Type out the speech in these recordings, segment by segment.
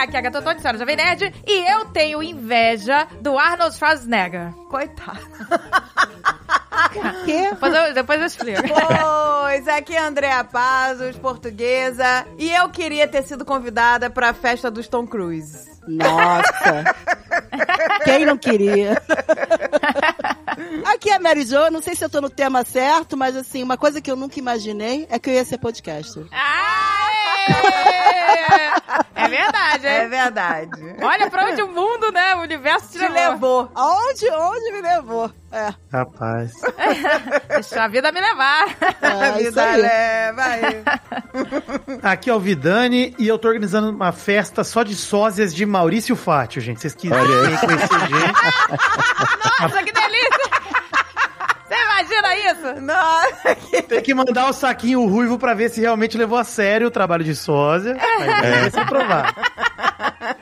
aqui é a Gatotô de Senhora Jovem Nerd e eu tenho inveja do Arnold Schwarzenegger. Coitado. Por quê? Depois eu, depois eu explico. Pois, aqui é a Andrea Pazos, portuguesa. E eu queria ter sido convidada pra festa dos Tom Cruise. Nossa. Quem não queria? Aqui é a Mary Jo, não sei se eu tô no tema certo, mas assim, uma coisa que eu nunca imaginei é que eu ia ser podcaster. Aê! É verdade, hein? É verdade. Olha pra onde o mundo, né? O universo te, Te levou. Aonde, onde me levou? É, Rapaz. Deixa a vida me levar. é a isso vida aí. leva aí. Aqui é o Vidani e eu tô organizando uma festa só de sósias de Maurício Fátio, gente. Vocês quiserem conhecer gente. Nossa, que delícia! Você imagina isso? Nossa, Tem que mandar o saquinho ruivo pra ver se realmente levou a sério o trabalho de sósia. Mas é. provar.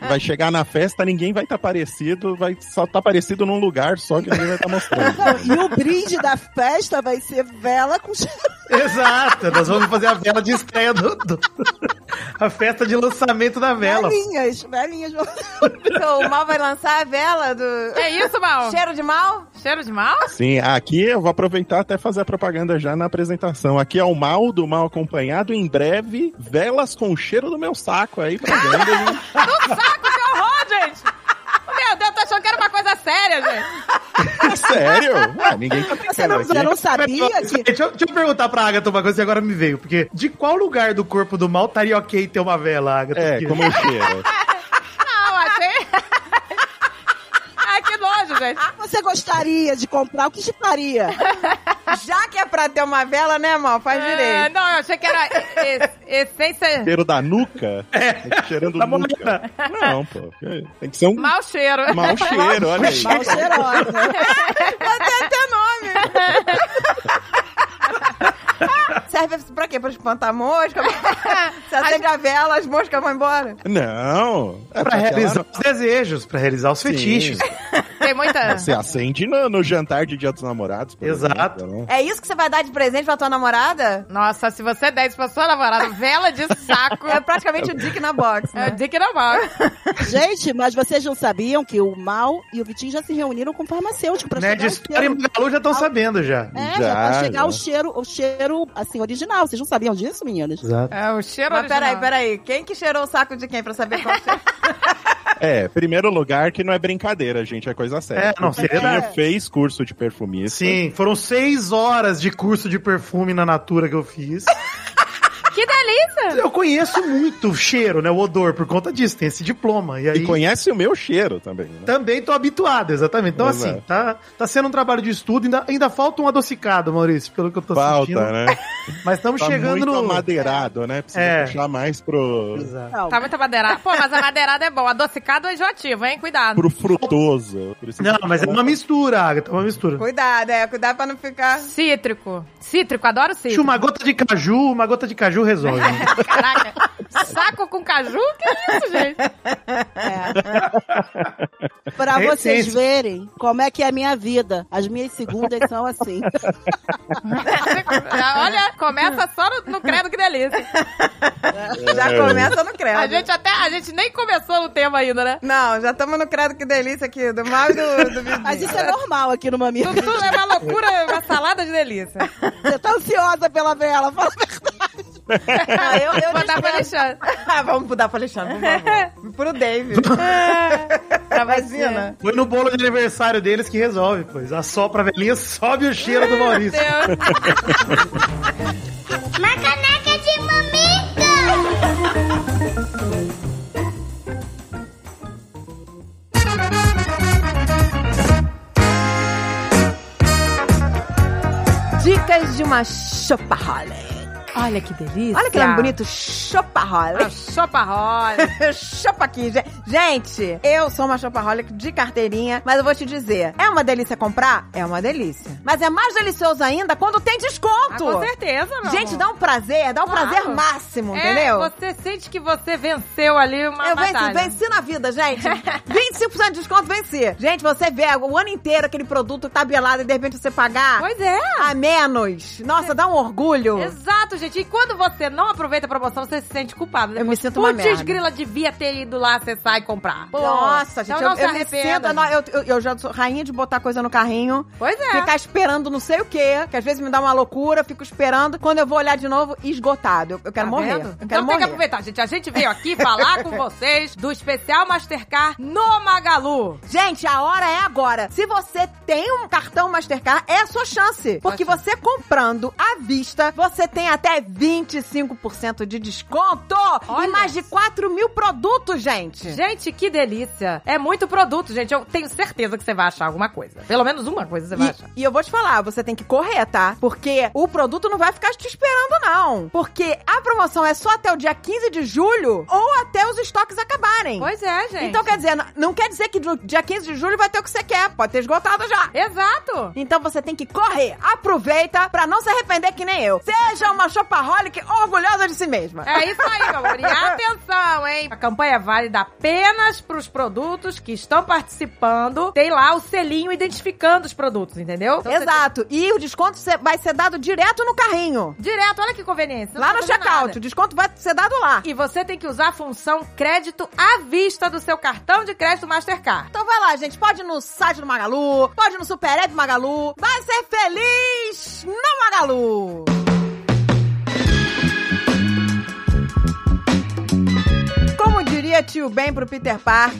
Vai chegar na festa, ninguém vai estar parecido, vai só estar parecido num lugar só que ninguém vai estar mostrando. Não, e o brinde da festa vai ser vela com cheiro. Exato. Nós vamos fazer a vela de estreia do, do- A festa de lançamento da vela. Velinhas, velinhas. então, o mal vai lançar a vela do. É isso, Mal? Cheiro de mal? Cheiro de mal? Sim, aqui eu vou aproveitar até fazer a propaganda já na apresentação. Aqui é o mal do mal acompanhado. Em breve, velas com o cheiro do meu saco aí pra venda. gente. é Horror, gente! Meu Deus, tô achando que era uma coisa séria, gente. É Sério? Ué, ninguém tá Você pensando não, você aqui. não sabia que... Deixa eu, deixa eu perguntar pra Agatha uma coisa que agora me veio. Porque de qual lugar do corpo do mal estaria ok ter uma vela, Agatha? É, Porque- como eu cheiro. Não, achei. Ai, que nojo, gente. ah, Você gostaria de comprar o que te faria? Já que é pra ter uma vela, né, mal? Faz É, direito. não, eu achei que era e- e- essência. Cheiro da nuca? É. Cheirando Da nuca. Não, pô. Tem que ser um mau Mau cheiro. cheiro, olha aí. Mal cheirosa. Serve pra quê? Pra espantar mosca? Você acende a vela, as moscas vão embora. Não. É Pra porque ela realizar os desejos, pra realizar os Sim. fetiches. Tem É. muita. Você acende no, no jantar de Dia dos Namorados, por Exato. exemplo, né? É isso que você vai dar de presente pra tua namorada? Nossa, se você der isso pra sua namorada, vela de saco. É praticamente o Dick na box, É né? dick normal. Gente, mas vocês não sabiam que o Mal e o Vitinho já se reuniram com o farmacêutico pra Nerd chegar o Né, História e cheiro. Magalu já estão sabendo já. É, já, Já, pra chegar já. o cheiro, o cheiro, assim, original. Vocês não sabiam disso, meninas? Exato. É o cheiro Mas original. peraí, peraí. Quem que cheirou o saco de quem pra saber qual cheiro? É, primeiro lugar que não é brincadeira, gente, é coisa séria. É, não, O seriedade. Vitinho fez curso de perfumista. Sim, foram seis horas de curso de perfume na Natura que eu fiz. Que delícia! Eu conheço muito o cheiro, né? O odor, por conta disso, tem esse diploma. E aí. E conhece o meu cheiro também, né? Também tô habituado, exatamente. Então, Exato. assim, tá, tá sendo um trabalho de estudo. Ainda, ainda falta um adocicado, Maurício, pelo que eu tô Tá sentindo. Falta, né? Mas estamos Tá chegando muito no. amadeirado, né? Precisa É. puxar mais pro, Exato. Não. Tá muita madeirada. Pô, mas a madeirada é boa. Adocicado é enjoativo, hein? Cuidado. pro frutoso. Precisa Não, mas é puxar uma mistura, Agatha, é uma mistura. Cuidado, é. Cuidado pra não ficar... Cítrico. Cítrico, adoro Deixa cítrico. uma gota de caju, uma gota de caju resolve. Caraca. Saco com caju? Que isso, gente? Pra É vocês essência. verem como é que é a minha vida. As minhas segundas são assim. Olha, começa só no, no credo, que delícia. Já começa no credo. A gente até, a gente nem começou no tema ainda, né? Não, já estamos no credo, que delícia aqui. Do mal e do, do Vivi. Mas isso é normal aqui no Mami. Tudo é uma loucura, uma salada de delícia. Você tá ansiosa pela vela. Fala a verdade. Ah, eu, eu Botar pra descrevo. Alexandre. Ah, vamos mudar pra Alexandre, por favor. Pro David. Pra Imagina. Foi no bolo de aniversário deles que resolve, pois. A sopra velhinha sobe o cheiro do Meu Maurício. Deus. Uma caneca de mamica! Dicas de uma Chopaholic. Olha que delícia. Olha que é nome bonito, Chopaholic. Sopa rola. Chopa aqui, gen- gente. Eu sou uma shopaholic de carteirinha, mas eu vou te dizer, é uma delícia comprar? É uma delícia. Mas é mais delicioso ainda quando tem Ah, desconto. com certeza, meu gente, amor. dá um prazer, dá um Claro. prazer máximo, É, entendeu? Você sente que você venceu ali uma Eu venci, batalha. venci na vida, gente. 25% de desconto, venci. Gente, você vê o ano inteiro aquele produto tabelado e de repente você pagar Pois é. a menos. Nossa, dá um orgulho. Exato, gente. gente. E quando você não aproveita a promoção, você se sente culpado. né? Eu me Pois, sinto uma putz, merda. grila devia ter ido lá acessar e comprar. Pô, Nossa, gente, então eu, não se eu me arrependa. sinto- não, eu, eu- eu já sou rainha de botar coisa no carrinho. Pois é. Ficar esperando não sei o quê, que às vezes me dá uma loucura, fico esperando. Quando eu vou olhar de novo, esgotado. Eu, eu quero Tá morrer. vendo? Eu quero então tem morrer. que aproveitar, gente. A gente veio aqui falar com vocês do especial Mastercard no Magalu. Gente, a hora é agora. Se você tem um cartão Mastercard, é a sua chance. Porque você comprando à vista, você tem até 25% de desconto Olha. e mais de 4 mil produtos, gente. Gente, que delícia. É muito produto, gente. Eu tenho certeza que você vai achar alguma coisa. Pelo menos uma coisa você vai achar. E, e eu vou te falar, você tem que correr, tá? Porque o produto não vai ficar te esperando, não. Porque a promoção é só até o dia 15 de julho ou até os estoques acabarem. Pois é, gente. Então, quer dizer, n- não quer dizer que no dia 15 de julho vai ter o que você quer. Pode ter esgotado já. Exato. Então você tem que correr, aproveita pra não se arrepender que nem eu. Seja uma shopaholic orgulhosa de si mesma. É isso aí, meu amor. E atenção, hein? A campanha é válida apenas pros produtos que estão participando. Tem lá o selinho identificando os produtos, entendeu? Então você Exato. E o desconto cê- vai ser dado direto no carrinho. tem- Direto, olha que conveniência. Não lá no precisa fazer nada. checkout. O desconto vai ser dado lá. E você tem que usar a função crédito à vista do seu cartão de crédito Mastercard. Então vai lá, gente. Pode ir no site do Magalu, pode ir no Super App Magalu. Vai ser feliz no Magalu. Como diria tio Ben pro Peter Park,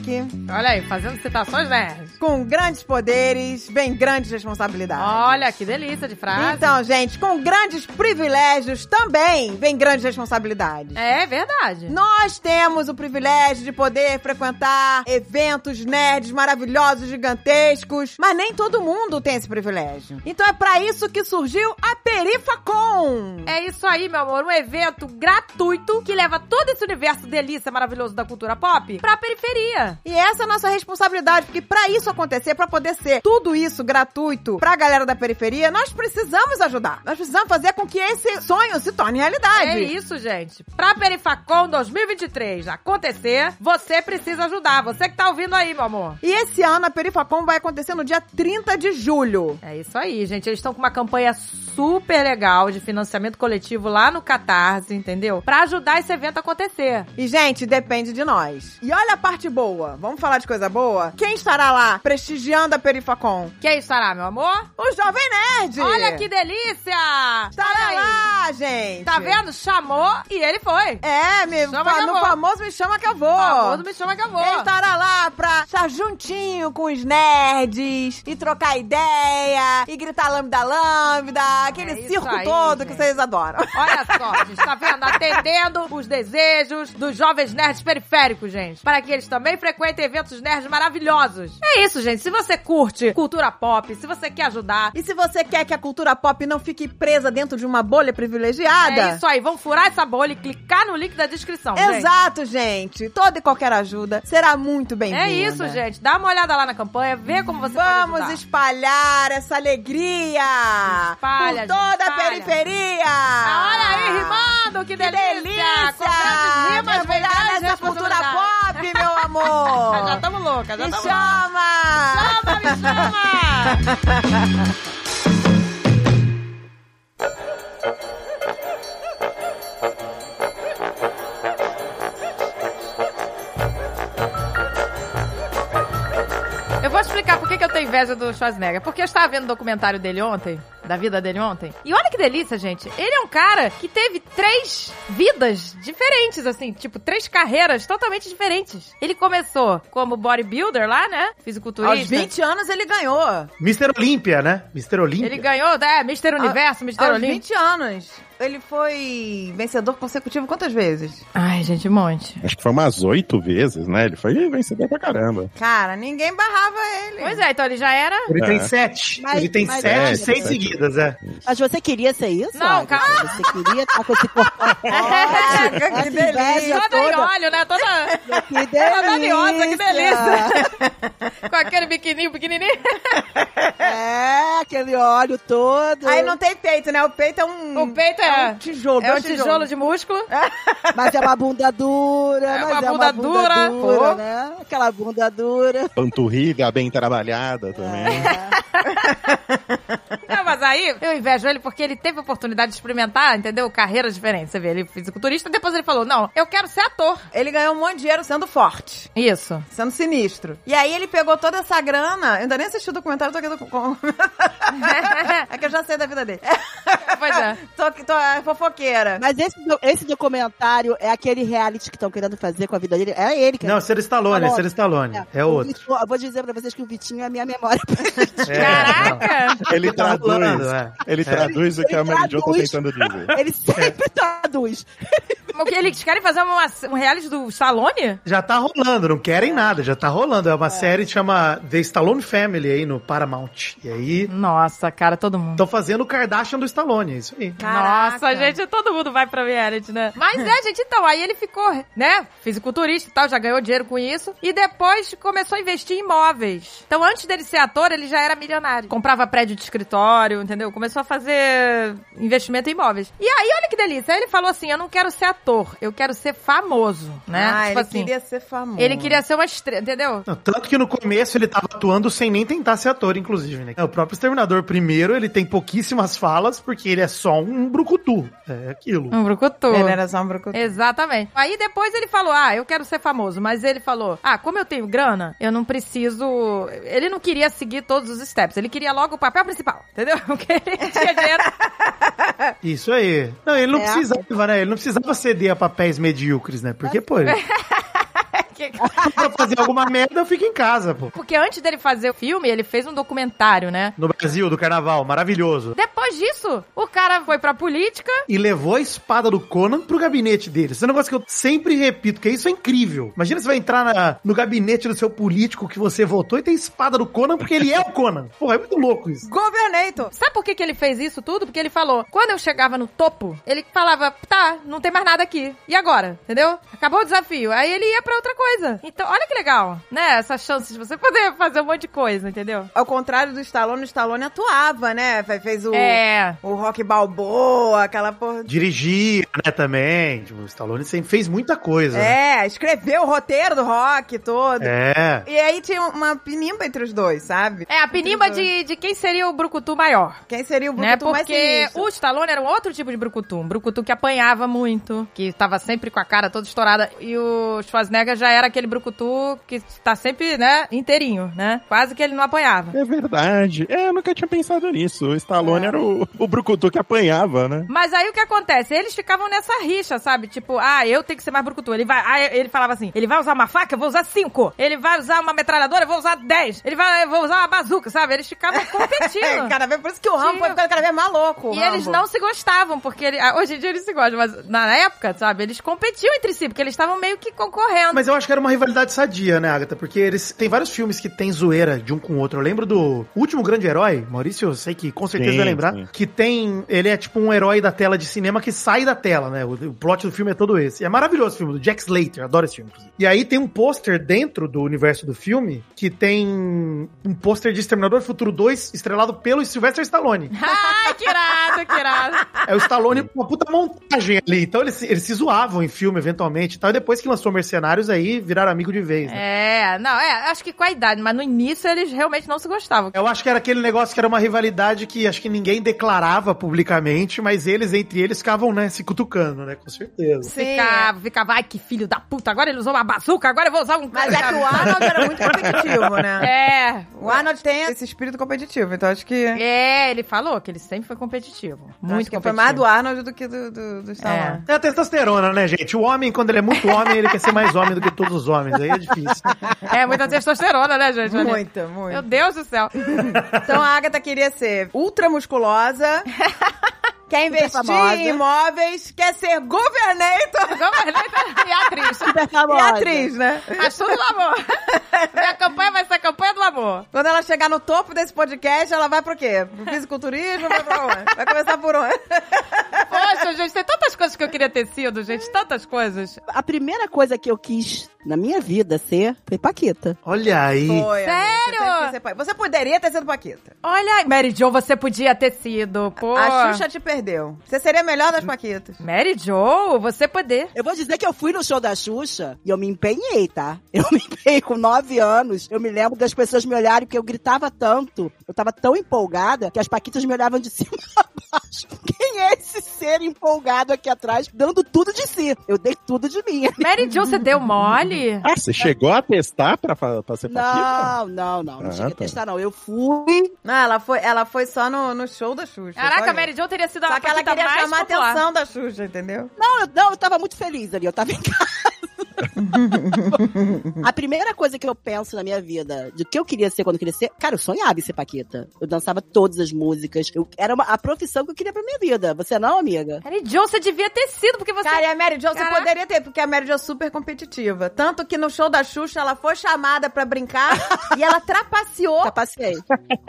Olha aí, fazendo citações nerds. com grandes poderes, vem grandes responsabilidades. Olha, que delícia de frase. Então, gente, com grandes privilégios também vem grandes responsabilidades. É verdade. Nós temos o privilégio de poder frequentar eventos nerds maravilhosos, gigantescos, mas nem todo mundo tem esse privilégio. Então é pra isso que surgiu a Perifacon. É isso aí, meu amor. Um evento gratuito que leva todo esse universo delícia maravilhoso da cultura pop pra periferia. E essa é a nossa responsabilidade, porque pra isso acontecer, pra poder ser tudo isso gratuito pra galera da periferia, nós precisamos ajudar. Nós precisamos fazer com que esse sonho se torne realidade. É isso, gente. Pra Perifacon 2023 acontecer, você precisa ajudar. Você que tá ouvindo aí, meu amor. E esse ano a Perifacon vai acontecer no dia 30 de julho. É isso aí, gente. Eles estão com uma campanha super legal de financiamento coletivo lá no Catarse, entendeu? Pra ajudar esse evento a acontecer. E, gente, depende de nós. E olha a parte boa. Vamos falar de coisa boa? Quem estará lá prestigiando a Perifacon? Quem estará, meu amor? O Jovem Nerd! Olha que delícia! Estará Olha aí. lá, gente! Tá vendo? Chamou e ele foi. É, me, Chama fa- que eu no vou. famoso Me Chama Que Eu Vou. Famoso me chama que eu vou. Ele tá estará lá pra estar juntinho com os nerds e trocar ideia e gritar lambda lambda, aquele É isso circo aí, todo que gente. vocês adoram. Olha só, gente, tá vendo? Atendendo os desejos dos jovens nerds periféricos, gente. Para que eles também frequentem eventos nerds maravilhosos. É isso, gente. Se você curte cultura pop, se você quer ajudar, E se você quer que a cultura pop não fique presa dentro de uma bolha privilegiada? é isso aí. Vão furar essa bolha e clicar no link da descrição, gente. Exato, gente. Toda e qualquer ajuda será muito bem-vinda. É isso, gente. Dá uma olhada lá na campanha, vê como você pode Vamos ajudar. espalhar essa alegria Espalha, gente, por toda a espalha. Ah, periferia. Olha aí, rimando, que delícia! Com grandes rimas, vem Mergulhar grandes nessa cultura responsabilidades. pop, meu Já amor! estamos loucas, já Me estamos chama! Chama, me chama! Eu vou explicar por que que eu tenho inveja do Schwarzenegger. Porque eu estava vendo o documentário dele ontem, da vida dele ontem. E olha que delícia, gente. Ele é um cara que teve três vidas diferentes, assim, tipo, três carreiras totalmente diferentes. Ele começou como bodybuilder lá, né? Fisiculturista. Aos 20 anos ele ganhou. Mr. Olímpia, né? Mr. Olímpia. Ele ganhou, é, Mr. Universo, Mr. Aos Olímpia. 20 anos. Ele foi vencedor consecutivo quantas vezes? Ai, gente, um monte. Acho que foi umas oito vezes, né? Ele foi vencedor pra caramba. Cara, ninguém barrava ele. Pois é, então ele já era. Ele É. tem sete. Mas- ele tem mas- sete, É, seis sete. seguidas, é. Mas você queria ser isso? Não, Agnes? calma. Você queria estar com esse corpo. Caraca, que Essa delícia. inveja Toda em óleo, né? Toda Que delícia. maravilhosa, que delícia. com aquele biquininho pequenininho. É, aquele óleo todo. Aí não tem peito, né? O peito é um. O peito é- um tijolo. É um dois tijolos. tijolo de músculo. Mas é uma bunda dura. É mas uma é bunda uma bunda dura, dura. pô. né? Aquela bunda dura. É. Panturrilha bem trabalhada também. Não, mas aí aí eu invejo ele porque ele teve a oportunidade de experimentar, entendeu? Carreiras diferentes. Você vê, ele é fisiculturista, depois ele falou: não, eu quero ser ator. Ele ganhou um monte de dinheiro sendo forte, Isso. sendo sinistro. E aí ele pegou toda essa grana. Eu ainda nem assisti o documentário, tô aqui do... com- é que eu já sei da vida dele. Pois é. Tô, tô é, fofoqueira. Mas esse, do- esse documentário é aquele reality que estão querendo fazer com a vida dele. É ele que Não, ser Stallone, é ser Stallone. É outro. Vitinho, eu vou dizer pra vocês que o Vitinho é a minha memória. É, Caraca! Ele Tá traduz. rolando, é. Ele É. traduz o que a Mary Jo tá traduz. tentando dizer. Ele sempre traduz. O que eles querem fazer uma, um reality do Stallone? Já tá rolando, não querem nada, já tá rolando. É uma série que chama The Stallone Family aí no Paramount. E Uhum. aí, Nossa, cara, todo mundo. estão fazendo o Kardashian do Stallone, é isso aí. Nossa, gente, todo mundo vai pra reality, né? Mas é, gente, então, aí ele ficou, né, fisiculturista e tal, já ganhou dinheiro com isso. E depois começou a investir em imóveis. Então, antes dele ser ator, ele já era milionário. Comprava prédio de escritório, entendeu? Começou a fazer investimento em imóveis. E aí, olha que delícia. Aí ele falou assim, eu não quero ser ator, eu quero ser famoso, né? Ah, Tipo ele assim, queria ser famoso. ele queria ser uma estrela, entendeu? Não, tanto que no começo ele tava atuando sem nem tentar ser ator, inclusive, né? O próprio Exterminador primeiro, ele tem pouquíssimas falas, porque ele é só um brucutu. É aquilo. Um brucutu. Ele era só um brucutu. Exatamente. Aí depois ele falou: Ah, eu quero ser famoso. Mas ele falou: Ah, como eu tenho grana, eu não preciso. Ele não queria seguir todos os steps. Ele queria logo o papel principal, entendeu? Porque ele tinha dinheiro. Isso aí. Não, ele não É. precisava, né? Ele não precisava ceder a papéis medíocres, né? Porque, pô, ele- pra fazer alguma merda, eu fico em casa, pô. Porque antes dele fazer o filme, ele fez um documentário, né? No Brasil, do carnaval, maravilhoso. Depois disso, o cara foi pra política. e levou a espada do Conan pro gabinete dele. Esse é um negócio que eu sempre repito, que isso é incrível. Imagina você vai entrar na- no gabinete do seu político que você votou e tem a espada do Conan porque ele é o Conan. Porra, é muito louco um isso. Governator. Sabe por que, que ele fez isso tudo? Porque ele falou: quando eu chegava no topo, ele falava: tá, não tem mais nada aqui. E agora? Entendeu? Acabou o desafio. Aí ele ia pra outra coisa. Então, olha que legal, né? Essa chance de você poder fazer um monte de coisa, entendeu? Ao contrário do Stallone, o Stallone atuava, né? Fe- Fez o, É. o Rock Balboa, aquela porra. Dirigir, né, também. Tipo, o Stallone sempre fez muita coisa. né? É, escreveu o roteiro do rock todo. É. E aí tinha uma pinimba entre os dois, sabe? É a pinimba de, de quem seria o brucutu maior. Quem seria o Bruto Né? mais Porque sinistro? o Stallone era um outro tipo de brucutu. Um brucutu que apanhava muito, que tava sempre com a cara toda estourada. E o Schwarzenegger já era aquele brucutu que tá sempre, né, inteirinho, né? Quase que ele não apanhava. É verdade. É, eu nunca tinha pensado nisso. O Stallone É. era o, o brucutu que apanhava, né? Mas aí o que acontece? Eles ficavam nessa rixa, sabe? Tipo, ah, eu tenho que ser mais brucutu. Ele vai, ah, ele falava assim: ele vai usar uma faca, eu vou usar cinco. Ele vai usar uma metralhadora, eu vou usar dez. Ele vai, eu vou usar uma bazuca, sabe? Eles ficavam É, competindo. cada vez, por isso que o Rambo Tinha. foi ficando cada vez mais louco. o E Rambo. eles não se gostavam, porque ele- ah, hoje em dia eles se gostam, mas na época, sabe, eles competiam entre si, porque eles estavam meio que concorrendo. Mas eu acho que era uma rivalidade sadia, né, Agatha? Porque eles tem vários filmes que tem zoeira de um com o outro. Eu lembro do Último Grande Herói, Maurício, eu sei que com certeza Sim, vai lembrar, sim. que tem. Ele é tipo um herói da tela de cinema que sai da tela, né? O, o plot do filme é todo esse. É maravilhoso o filme, do Jack Slater, adoro esse filme. inclusive. E aí tem um pôster dentro do universo do filme que tem um pôster de Exterminador do Futuro 2 estrelado pelo Sylvester Stallone. Ai, que irado, que irado. É o Stallone com uma puta montagem ali. Então eles, se- eles se zoavam em filme, eventualmente e tal. E depois que lançou Mercenários, aí viraram amigo de vez, né? É, não, é, acho que com a idade, mas no início eles realmente não se gostavam. Eu acho que era aquele negócio que era uma rivalidade que acho que ninguém declarava publicamente, mas eles, entre eles, ficavam, né, se cutucando, né? Com certeza. Sim. Ficava, ficava, ai, que filho da puta, agora ele usou uma bazuca, agora eu vou usar um... Mas é que o Arnold era muito competitivo, né? É, O Arnold tem esse espírito competitivo, então acho que. é, ele falou que ele sempre foi competitivo. Muito acho que competitivo. foi mais do Arnold do que do, do, do Stallone. É a testosterona, né, gente? O homem, quando ele é muito homem, ele quer ser mais homem do que todos os homens. Aí é difícil. É, muita testosterona, né, gente? Olha. Muita, muito. Meu Deus do céu. Então a Agatha queria ser ultramusculosa, quer investir famosa. em imóveis, quer ser governator Governanta então, e atriz. Super e famosa. atriz, né? Mas tudo do amor. Minha campanha vai ser a campanha do amor. Quando ela chegar no topo desse podcast, ela vai pro quê? Pro fisiculturismo? Vai pra onde? Vai começar por onde? Poxa, gente, tem tantas coisas que eu queria ter sido, gente. Tantas coisas. A primeira coisa que eu quis na minha vida ser foi Paquita. Olha aí. Foi, amiga, você Sério? sempre quis ser pa- Você poderia ter sido Paquita. Olha, Mary Jo, você podia ter sido, pô. A Xuxa te perdeu. Você seria a melhor das Paquitas. Mary Jo, você poder. Eu vou dizer que eu fui no show da Xuxa e eu me empenhei, tá? Eu me empenhei com nove anos. Eu me lembro das pessoas me olharem porque eu gritava tanto. Eu tava tão empolgada que as paquitas me olhavam de cima a baixo. Quem é esse ser empolgado aqui atrás, dando tudo de si? Eu dei tudo de mim. Mary Jo, você deu mole? Ah, você chegou a testar pra, fa- pra ser Paquita? É. Não, não, não. Não Ah, cheguei tá. a testar, não. Eu fui. Não, ela foi, ela foi só no, no show da Xuxa. Caraca, só a Mary Jo teria sido isso. a Só que ela Paquita queria mais chamar popular. a atenção da Xuxa, entendeu? Não eu, Ah, não, eu tava muito feliz ali. Eu tava em casa. a primeira coisa que eu penso na minha vida, de que eu queria ser quando crescer, cara, eu sonhava em ser Paquita. Eu dançava todas as músicas. Eu, era uma, a profissão que eu queria pra minha vida. Você não, amiga? Mary Jo, você devia ter sido, porque você... Cara, e a Mary Jo, você Caraca. poderia ter, porque a Mary Jo é super competitiva. Tanto que no show da Xuxa, ela foi chamada pra brincar e ela trapaceou Trapaceei.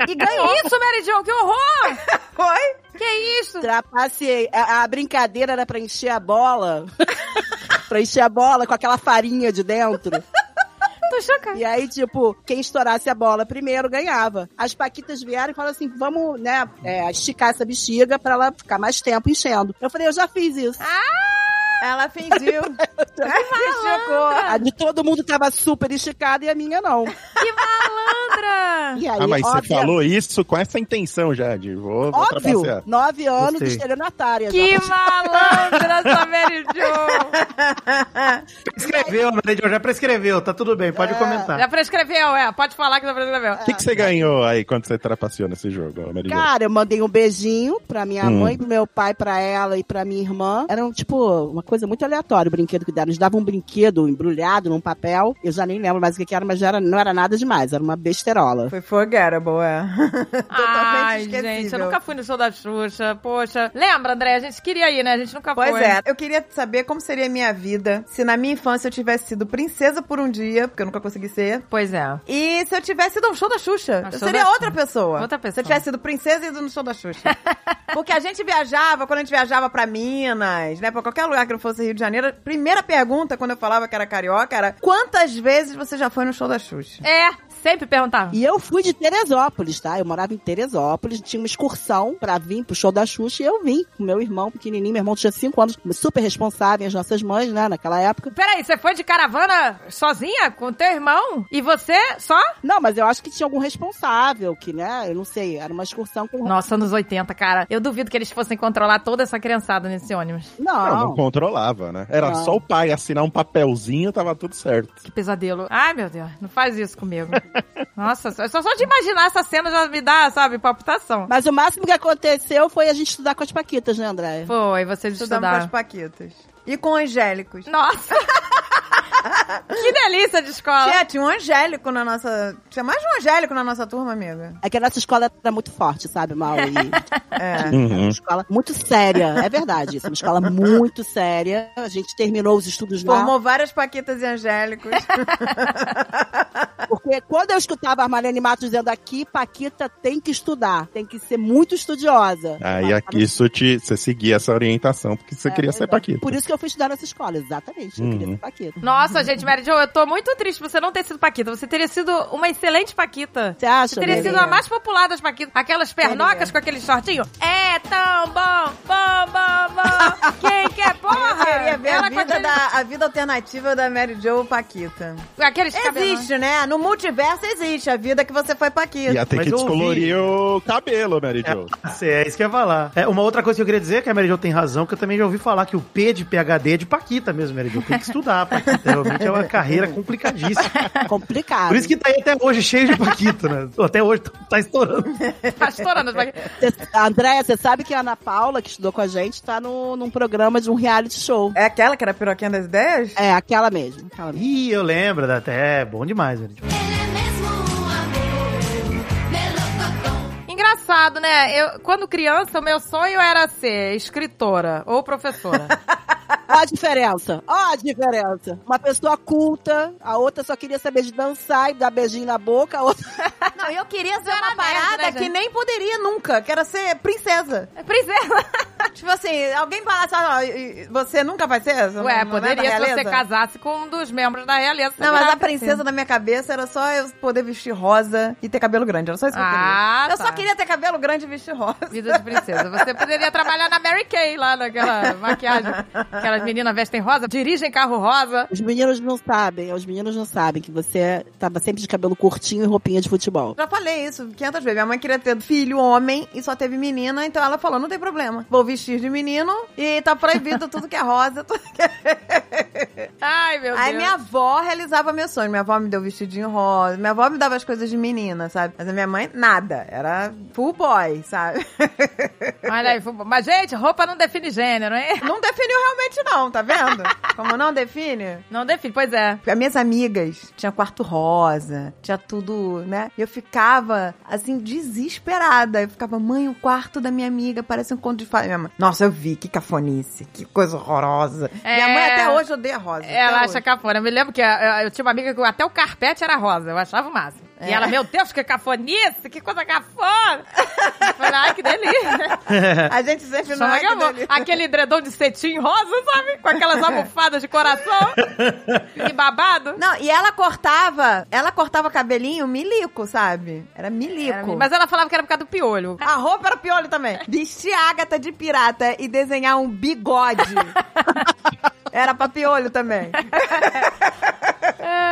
e ganhou. Que é isso, Mary Jo, que horror! Foi? Que isso? Trapaceei. A, a brincadeira era pra encher a bola. pra encher a bola com aquela farinha de dentro. Tô chocada. E aí, tipo, quem estourasse a bola primeiro ganhava. As paquitas vieram e falaram assim, vamos, né, é, esticar essa bexiga pra ela ficar mais tempo enchendo. Eu falei, eu já fiz isso. Ela fingiu. Ela A de todo mundo tava super esticada e a minha não. Que malandra! E aí, Ah, mas você óbvio- falou isso com essa intenção, Jade. Vou, vou Óbvio, trapacear. nove anos de Gostei. estelionatária. Que já. malandra essa Mary Jo! Prescreveu, né, Mary Jo, já prescreveu, tá tudo bem, pode É. comentar. Já prescreveu, é. Pode falar que já prescreveu. O que, Ah, que você ganhou aí quando você trapaceou nesse jogo, Mary Jo? Cara, eu mandei um beijinho pra minha Hum. mãe, pro meu pai, pra ela e pra minha irmã. Era, um, tipo, uma coisa muito aleatória o brinquedo que deram. Eles davam um brinquedo embrulhado num papel. Eu já nem lembro mais o que que era, mas já era, não era nada demais. Era uma besterola. Foi forgettable, é. Ai, Totalmente gente, eu esquecível. nunca fui no show da Xuxa. Poxa. Lembra, André? A gente queria ir, né? A gente nunca Pois foi. é, eu queria saber como seria a minha vida se na minha infância eu tivesse sido princesa por um dia, porque eu nunca consegui ser. Pois é. E se eu tivesse ido ao show da Xuxa, Ao eu show seria da outra Xuxa. pessoa. Outra pessoa. Se eu tivesse sido princesa e ido no show da Xuxa. Porque a gente viajava, quando a gente viajava pra Minas, né, pra qualquer lugar que não fosse Rio de Janeiro, a primeira pergunta quando eu falava que era carioca era: quantas vezes você já foi no show da Xuxa? É, sempre perguntava. E eu fui de Teresópolis, tá? Eu morava em Teresópolis, tinha uma excursão pra vir pro show da Xuxa e eu vim com meu irmão pequenininho. Meu irmão tinha cinco anos, super responsável, as nossas mães, né, naquela época. Peraí, você foi de caravana sozinha com teu irmão? E você só? Não, mas eu acho que tinha algum responsável, que, né, eu não sei, era uma excursão com... Nossa, anos 80, cara. Eu duvido que eles fossem controlar toda essa criançada nesse ônibus. Não, não Não, controlava, né? Era Não. só o pai assinar um papelzinho, tava tudo certo. Que pesadelo. Ai, meu Deus, não faz isso comigo. Nossa, só, só de imaginar essa cena já me dá, sabe, palpitação. Mas o máximo que aconteceu foi a gente estudar com as Paquitas, né, Andréia? Foi, vocês Estudamos com as estudaram. Paquitas. E com angélicos. Nossa! que delícia de escola! Tinha, tinha um angélico na nossa. Tinha mais de um angélico na nossa turma, amiga. É que a nossa escola era muito forte, sabe, Mal? E uma É. Uhum. escola muito séria, é verdade isso. Uma escola muito séria. A gente terminou os estudos lá. Formou várias Paquitas e angélicos. Porque quando eu escutava a Marlene Matos dizendo aqui, Paquita tem que estudar, tem que ser muito estudiosa. Aí aqui, isso te. Você seguia essa orientação, porque você Ah, tá. É queria ser verdade. Paquita. Por isso que eu fui estudar nessa escola, exatamente. Eu queria Uhum. ser Paquita. Nossa, gente, Mary Jo, eu tô muito triste por você não ter sido Paquita. Você teria sido uma excelente Paquita. Você acha? Você né, teria Lelê? sido a mais popular das Paquitas. Aquelas pernocas com aquele shortinho. É tão bom, bom, bom, bom. Quem quer porra? Eu queria ver Ela a com vida, aquele, da, a vida alternativa da Mary Jo Paquita. aqueles cabelos. Existe, né? No multiverso existe a vida que você foi Paquita. Ia ter Mas que eu ouvi. descolorir o cabelo, Mary Jo. Nossa, É isso que eu ia falar. É, uma outra coisa que eu queria dizer é que a Mary Jo tem razão, que eu também já ouvi falar que o P de PHD é de Paquita mesmo, Mary Jo. Tem que estudar, Paquita. Realmente é uma carreira complicadíssima. Complicado. Por isso que tá aí até hoje cheio de Paquita, né? Até hoje tá- tá estourando. Tá estourando as Paquitas. Cê- a Andréia, você sabe que a Ana Paula, que estudou com a gente, tá no, num programa de um reality show. É aquela que era a piroquinha das ideias? É, aquela mesmo. Aquela mesmo. Ih, eu lembro, da- até é bom demais, Mary Jo. Ele é mesmo um amor, melocotão. Engraçado, né? Eu, quando criança, o meu sonho era ser escritora ou professora. Ó a diferença. Ó a diferença. Uma pessoa culta, a outra só queria saber de dançar e dar beijinho na boca, a outra É, Não, eu queria ser Era uma nerd, né, parada gente? que nem poderia nunca, que era ser princesa. Princesa. Tipo assim, alguém falar assim, ó, e- e você nunca vai ser? Ué, essa? Não é da poderia se você realeza? casasse com um dos membros da realeza. você Não, mas virava a princesa na minha cabeça era só eu poder vestir rosa e ter cabelo grande. Era só isso que eu queria. Ah, Eu tá. só queria ter cabelo grande e vestir rosa. Vida de princesa. Você poderia trabalhar na Mary Kay lá naquela maquiagem. Aquelas meninas vestem rosa, dirigem carro rosa. Os meninos não sabem, os meninos não sabem que você tava sempre de cabelo curtinho e roupinha de futebol. Já falei isso 500 vezes. Minha mãe queria ter filho homem e só teve menina, então ela falou: não tem problema. Vou vestir de menino e tá proibido tudo que é rosa. tudo que é- Ai, meu Aí Deus. minha avó realizava meu sonho. Minha avó me deu vestidinho rosa. Minha avó me dava as coisas de menina, sabe? Mas a minha mãe, nada. Era full boy, sabe? Olha aí, fubá. mas, gente, roupa não define gênero, hein? Não definiu realmente, não, tá vendo? Como não define? Não define, pois é. As minhas amigas tinha quarto rosa, tinha tudo, né? E eu ficava, assim, desesperada. Eu ficava, mãe, o quarto da minha amiga parece um conto de fada. Minha mãe, nossa, eu vi, que cafonice, que coisa horrorosa. É. Minha mãe até hoje odeia rosa. Ela até acha hoje. cafona. Eu me lembro que eh, eu tinha uma amiga que até o carpete era rosa. Eu achava o máximo. É. E ela, meu Deus, que cafonice, que coisa cafona. Eu falei, ai, que delícia. A gente sempre não Chama é que É. Gamon. dele- Aquele edredom de cetim rosa, sabe? Com aquelas almofadas de coração. e babado. Não, e ela cortava, ela cortava cabelinho milico, sabe? Era milico. Era, Mas ela falava que era por causa do piolho. A roupa era piolho também. Vestir a Ágata de pirata e desenhar um bigode. era pra piolho também.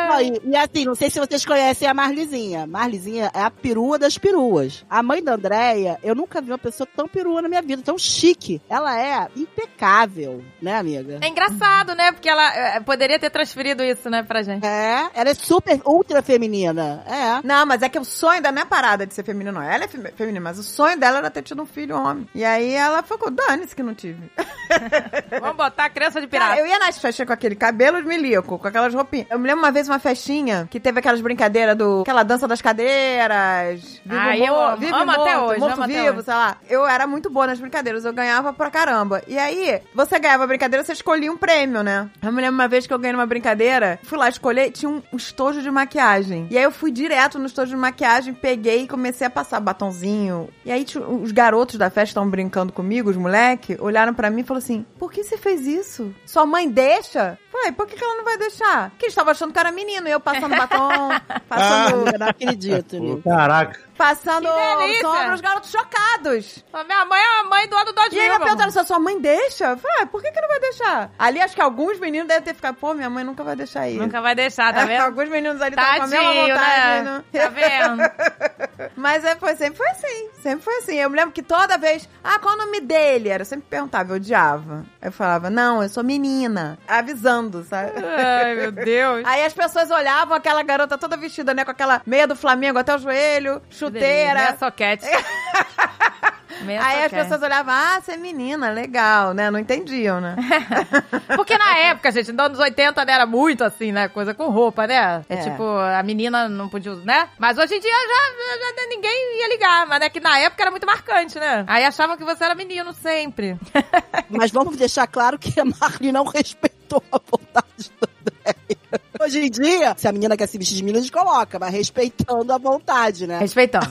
Não, e, e assim, não sei se vocês conhecem a Marlizinha. Marlizinha é a perua das peruas. A mãe da Andréia, eu nunca vi uma pessoa tão perua na minha vida, tão chique. Ela é impecável, né, amiga? É engraçado, né? Porque ela eh, poderia ter transferido isso, né, pra gente. É, ela é super ultra feminina. É. Não, mas é que o sonho da minha parada de ser feminina, não. Ela é femi- feminina, mas o sonho dela era ter tido um filho homem. E aí ela ficou, dane-se que não tive. Vamos botar a criança de Cara, pirata. eu ia nas festas com aquele cabelo de milico, com aquelas roupinhas. Eu me lembro uma vez uma festinha que teve aquelas brincadeiras do. aquela dança das cadeiras. Vivo Ah, eu morto, amo. vivo Amo morto, até hoje, morto amo até vivo, hoje. sei lá. Eu era muito boa nas brincadeiras, eu ganhava pra caramba. E aí, você ganhava a brincadeira, você escolhia um prêmio, né? Eu me lembro uma vez que eu ganhei uma brincadeira, fui lá escolher, tinha um um estojo de maquiagem. E aí eu fui direto no estojo de maquiagem, peguei e comecei a passar batonzinho. E aí tinha- os garotos da festa estavam brincando comigo, os moleques, olharam pra mim e falaram assim: por que você fez isso? Sua mãe deixa? Falei, por que, que ela não vai deixar? Porque eles estavam achando que eu era menino, e eu passando batom, passando Eu não acredito, amigo. Caraca. passando Que delícia! sombra, os garotos chocados. Ó, Minha mãe é a mãe do ano 2000. E ainda meu amor. perguntaram se a sua mãe deixa. Eu falei, ah, por que, que não vai deixar? Ali acho que alguns meninos devem ter ficado, pô, minha mãe nunca vai deixar isso. Nunca vai deixar, tá vendo? alguns meninos ali estavam É, tá com a mesma Tadinho, vontade. né? né? Tá vendo? Mas é, foi, sempre foi assim. Sempre foi assim. Eu me lembro que toda vez. Ah, qual o nome dele? Era, eu sempre perguntava, eu odiava. Eu falava, não, eu sou menina. Avisando, sabe? Ai, meu Deus. Aí as pessoas olhavam aquela garota toda vestida, né? Com aquela meia do Flamengo até o joelho, Meia chuteira. soquete. Meia Aí as soquete. pessoas olhavam, ah, você é menina, legal, né? Não entendiam, né? Porque na época, gente, nos anos 80 né, era muito assim, né? Coisa com roupa, né? É, É. tipo, a menina não podia usar, né? Mas hoje em dia já, já- já ninguém ia ligar. Mas é que na época era muito marcante, né? Aí achavam que você era menino sempre. Mas vamos deixar claro que a Marli não respeitou a vontade do Andréia. Hoje em dia, se a menina quer se vestir de menina, a gente coloca, mas respeitando a vontade, né? Respeitando.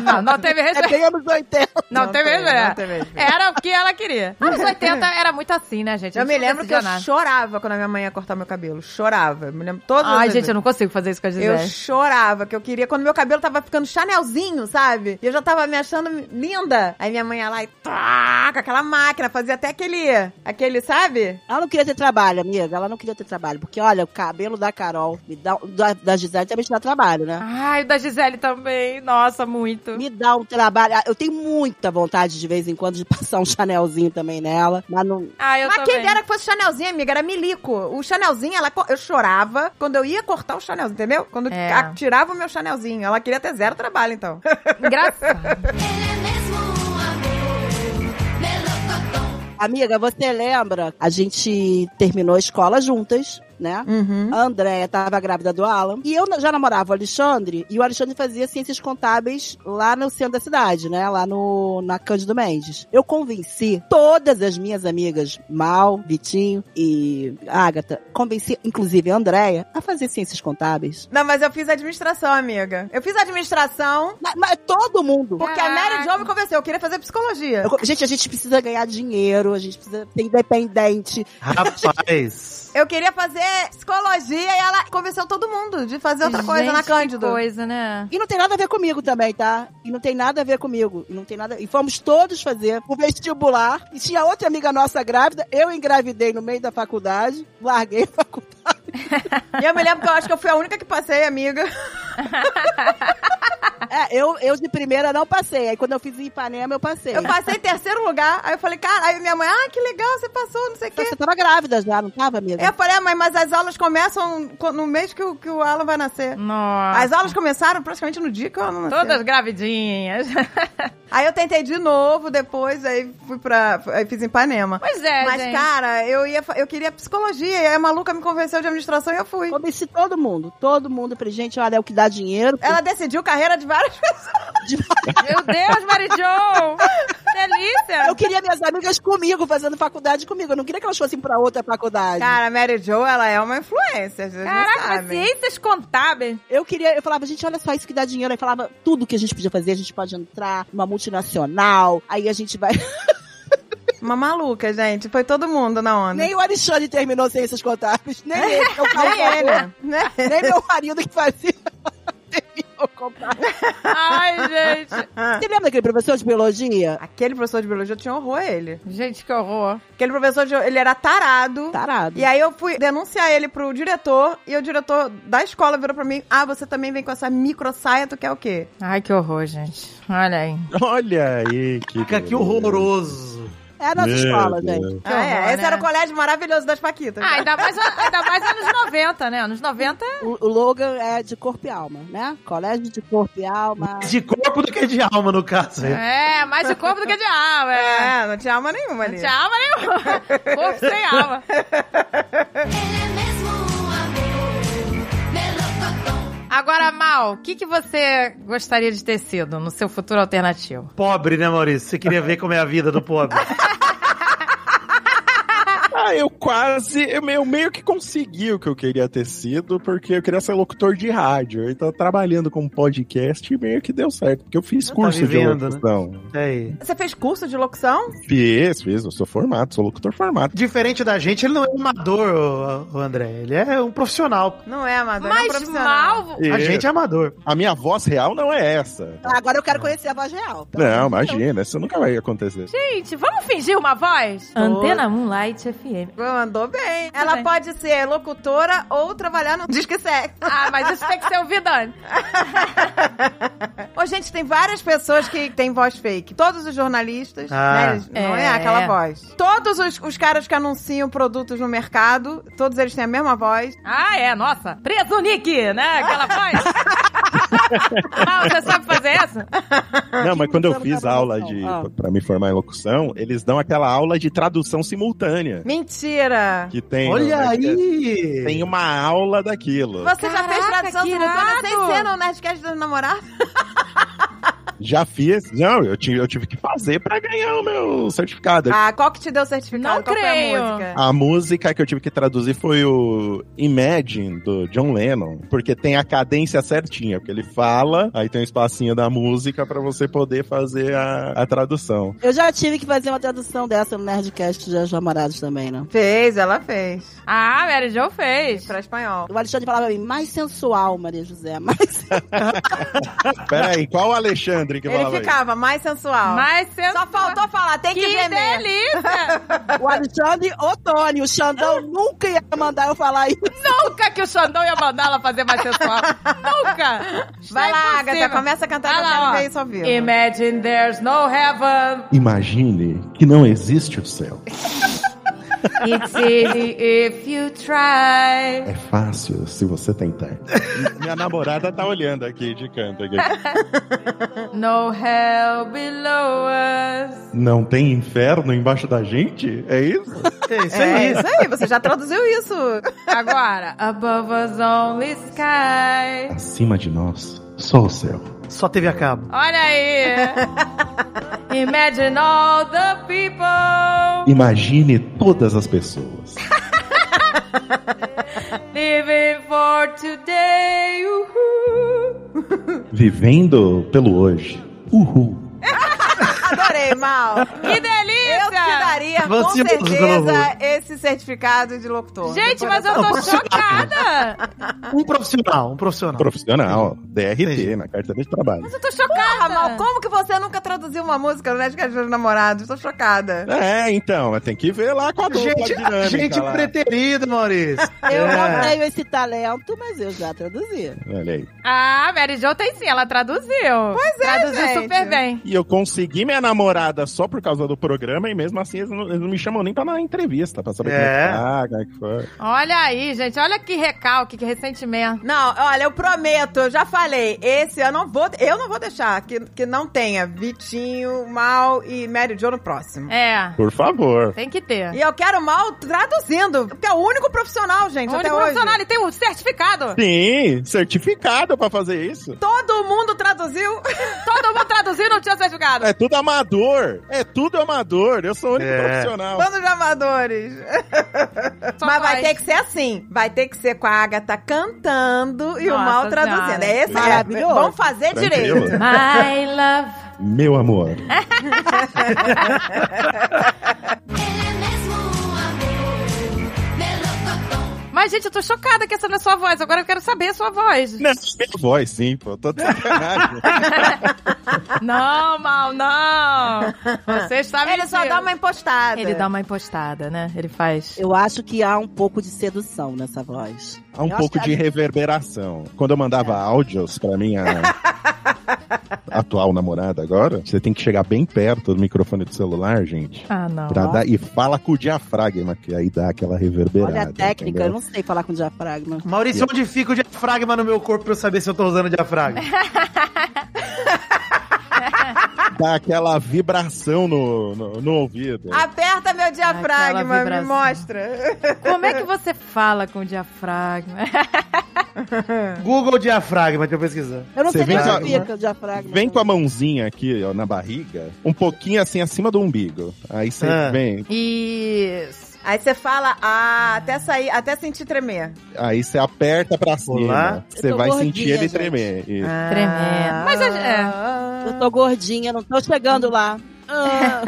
não, não teve É respeito. bem anos 80. Não, teve tem, respeito. não teve respeito. É. Era o que ela queria. Anos 80 era muito assim, né, gente? Eu me Não lembro que eu decisionava. chorava quando a minha mãe ia cortar meu cabelo. Chorava. Eu me lembro todas Ai, as gente, vezes. eu não consigo fazer isso com a Eu Gisele. chorava, que eu queria. Quando meu cabelo tava ficando chanelzinho, sabe? E eu já tava me achando linda. Aí minha mãe ia lá e tá, com aquela máquina, fazia até aquele. Aquele, sabe? Ela não queria ter trabalho, amiga. Ela não queria ter trabalho. Porque, olha, o cabelo da Carol, me dá, um, da, da Gisele também te dá trabalho, né? Ai, o da Gisele também. Nossa, muito. Me dá um trabalho. Ah, Eu tenho muita vontade de vez em quando de passar um chanelzinho também nela. Mas não. Ah, eu Mas também. quem dera que fosse chanelzinho, amiga, era milico. O chanelzinho, ela, co- eu chorava quando eu ia cortar o chanelzinho, entendeu? Quando É. a- tirava o meu chanelzinho. Ela queria ter zero trabalho, então. Engraçado. Ele é mesmo um amor, melocotão. Amiga, você lembra? A gente terminou a escola juntas. né? Uhum. A Andréia tava grávida do Alan. E eu na- já namorava o Alexandre, e o Alexandre fazia ciências contábeis lá no centro da cidade, né? Lá no, na Cândido Mendes. Eu convenci todas as minhas amigas, Mal, Vitinho e Ágata, convenci, inclusive a Andréia, a fazer ciências contábeis. Não, mas eu fiz administração, amiga. Eu fiz administração Mas, mas todo mundo. porque a Mary Jo me convenceu. Eu queria fazer psicologia. Eu co- gente, a gente precisa ganhar dinheiro, a gente precisa ser independente. Rapaz. Eu queria fazer psicologia e ela convenceu todo mundo de fazer outra coisa Gente, na que Cândido. coisa, né? E não tem nada a ver comigo também, tá? E não tem nada a ver comigo. E não tem nada. E fomos todos fazer o vestibular. E tinha outra amiga nossa grávida. Eu engravidei no meio da faculdade, larguei a faculdade. E eu me lembro que eu acho que eu fui a única que passei, amiga. É, eu, eu de primeira não passei. Aí quando eu fiz em Ipanema, eu passei. Eu passei em terceiro lugar. Aí eu falei, cara, aí minha mãe, ah, que legal, você passou, não sei o quê. Então, Você tava grávida já, não tava, amiga? Eu falei, ah, mãe, mas as aulas começam co- no mês que o, que o Alan vai nascer. Nossa. As aulas começaram praticamente no dia que o Alan nasceu. Todas gravidinhas. Aí eu tentei de novo depois, aí fui pra. Aí fiz em Ipanema. Pois é, Mas, gente. cara, eu, ia, fa- eu queria psicologia, e aí a maluca me convenceu de administração e eu fui. Convenci todo mundo. Todo mundo pra gente, olha, é o que dá dinheiro. Ela decidiu carreira de várias pessoas. Meu Deus, Mary Jo! Delícia! Eu queria minhas amigas comigo, fazendo faculdade comigo. Eu não queria que elas fossem pra outra faculdade. Cara, a Mary Jo, ela é uma influência, vocês não Caraca, mas sabem. ciências contábeis. Eu queria, eu falava, gente, olha só isso que dá dinheiro. Aí falava tudo que a gente podia fazer, a gente pode entrar numa multinacional, aí a gente vai. Uma maluca, gente. Foi todo mundo na onda. nem o Alexandre terminou sem esses contábeis, nem ele, que eu falo Nem pra ele. ele, né? nem meu marido que fazia. terminou contábil. Ai, gente. Ah. Você lembra daquele professor de biologia? Aquele professor de biologia eu tinha horror a ele. Gente, que horror. Aquele professor de, ele era Tá. tarado. Tarado. E aí eu fui denunciar ele pro diretor e o diretor da escola virou pra mim: "Ah, você também vem com essa micro saia, tu quer o quê?" Ai, que horror, gente. Olha aí. Olha aí, que. Fica que horroroso. É a nossa Meu escola, Deus. gente. Que ah, é, horror, esse né? era o colégio maravilhoso das Paquitas. Ah, ainda mais, ainda mais anos 90, né? Anos 90 é O, o Logan é de corpo e alma, né? Colégio de corpo e alma. De corpo do que de alma, no caso. É. é mais de corpo do que de alma. É. É, não tinha alma nenhuma Não ali. tinha alma nenhuma. Corpo sem alma. Ele é mesmo um amor, melocotão. Agora, Mal, o que, que você gostaria de ter sido no seu futuro alternativo? Pobre, né, Maurício? Você queria ver como é a vida do pobre. Ah, eu quase. Eu meio, meio que consegui o que eu queria ter sido, porque eu queria ser locutor de rádio. Então, trabalhando com podcast, meio que deu certo. Porque eu fiz Tá curso vivendo, de locução. É aí. Você fez curso de locução? Fiz, fiz. Eu sou formado, sou locutor formado. Diferente da gente, ele não é um amador, o, André. Ele é um profissional. Não é, Amanda. é um Mas profissional. mal. E A gente é amador. a minha voz real não é essa. Ah, Agora eu quero conhecer a voz real. Não, imagina, isso nunca vai acontecer. Gente, vamos fingir uma voz? Antena Moonlight FM. Mandou bem. Ela bem. pode ser locutora ou trabalhar no Disque Sex. Ah, mas isso tem que ser ouvido antes. Ô, gente, tem várias pessoas que têm voz fake. Todos os jornalistas, Ah. né, eles- Não é, É. aquela voz. Todos os, os caras que anunciam produtos no mercado, todos eles têm a mesma voz. Ah, é, nossa. Preso Nick, né? Aquela voz. Mal, você sabe fazer essa? Ah, tipo, Não, mas quando eu Quem fiz sabe aula locução? de Ah. para me formar em locução, eles dão aquela aula de tradução simultânea Mentira! que tem. Olha né, que é- aí! Tem uma aula daquilo. Você já fez Caraca, tradução que simultânea sem irado! ser no Nerdcast dos namorados? Já fiz. Não, eu tive, eu tive que fazer pra ganhar o meu certificado. Ah, qual que te deu o certificado? Não qual creio. foi a música? A música que eu tive que traduzir foi o Imagine, do John Lennon, porque tem a cadência certinha, porque ele fala, aí tem um espacinho da música pra você poder fazer a, a tradução. Eu já tive que fazer uma tradução dessa no Nerdcast de Os Namorados também, né? Fez, ela fez. Ah, Mary Jo fez. Pra espanhol. O Alexandre falava pra mim, mais sensual, Maria José, mais Peraí, qual o Alexandre que Ele falava isso? ficava mais sensual. Mas Só sensual. faltou falar, tem que, Que gemer. delícia! O Alexandre Otônio, o Xandão nunca ia mandar eu falar isso. Nunca que o Xandão ia mandar ela fazer mais sensual. Nunca! Vai Isso é lá, Agatha, impossível. começa a cantar Vai que eu lá, quero ó. ver isso ao vivo. É, Imagine there's no heaven. Imagine que não existe o céu. It's easy if you try. É fácil se você tentar. Minha namorada tá olhando aqui de canto. Aqui. No hell below us. Não tem inferno embaixo da gente? É isso? É isso É aí. isso aí, você já traduziu isso. Agora, above us only sky. Acima de nós, só o céu. Só teve a cabo. Olha aí. Imagine all the people Imagine todas as pessoas. living for today. Uhul. Vivendo pelo hoje. Uhul. Adorei, Mal. Que Eu te delícia! daria, com Vamos embora, certeza, louvor. esse certificado de locutor. Gente, Depois mas eu dessa- tô chocada! Um profissional, um profissional. Profissional. DRT na carteira de trabalho. Eu tô chocada! Porra, Mal, como que você nunca traduziu uma música no Nerdcast dos Namorados? Tô chocada. É, então, mas tem que ver lá com a dupla Gente, dinâmica gente lá. preterida, Maurício. Eu não É. tenho esse talento, mas eu já traduzi. Olha aí. Ah, Mary Jo tem sim, ela traduziu. Pois é, Traduziu gente. super bem. E eu consegui minha namorada só por causa do programa, e mesmo assim eles não, eles não me chamam nem pra na entrevista, pra saber É. como é que tá, como é que foi. Olha aí, gente, olha que recalque, que ressentimento. Não, olha, eu prometo, eu já falei, esse eu não vou, eu não vou deixar que, que não tenha Vitinho, Mal e Mary Jo no próximo. É, Por favor. tem que ter. E eu quero Mal traduzindo, porque é o único profissional, gente, O até único hoje. profissional, ele tem um certificado. Sim, certificado pra fazer isso. Todo mundo traduziu. Todo mundo traduziu não tinha certificado. É tudo amador. É tudo amador. Eu sou o único É. profissional. Bando de amadores. Só Mas vai faz. ter que ser assim. Vai ter que ser com a Agatha cantando e o Nossa Mal traduzindo. Senhora. É esse Maravilhoso. Vamos fazer é Tranquilo. direito. My love. Meu amor. Ele é mesmo um amor, melocotão. Mas, gente, eu tô chocada que essa não é sua voz. Agora eu quero saber a sua voz. Não, minha voz, sim, pô. Tô de sacanagem. não, mal, não. Você está mentindo. Ele só dá uma impostada. Ele dá uma impostada, né? Ele faz. Eu acho que há um pouco de sedução nessa voz. Há um Eu acho pouco que de a- É. reverberação. Quando eu mandava áudios pra minha atual namorada agora, você tem que chegar bem perto do microfone do celular, gente. Ah, não. Pra dar, e fala com o diafragma, que aí dá aquela reverberada. Olha a técnica, eu entendeu? não sei falar com diafragma. é- Maurício, onde fica o diafragma no meu corpo pra eu saber se eu tô usando diafragma? É. Dá aquela vibração no, no, no ouvido. Aperta meu Aquela diafragma, me vibração. mostra. Como é que você fala com o diafragma? Google diafragma, deixa eu pesquisar. Eu não Você sei nem vem onde com a- fica o diafragma. Vem com a mãozinha aqui, ó, na barriga, um pouquinho assim acima do umbigo. Aí você Ah. vem, Isso. Aí você fala, ah, até sair, até sentir tremer. aí você aperta pra cima. Olá. Você Eu tô vai gordinha, sentir ele gente. Ah. tremer. Isso. Ah. Tremer. Mas é- Eu tô gordinha, não tô chegando lá. Ah,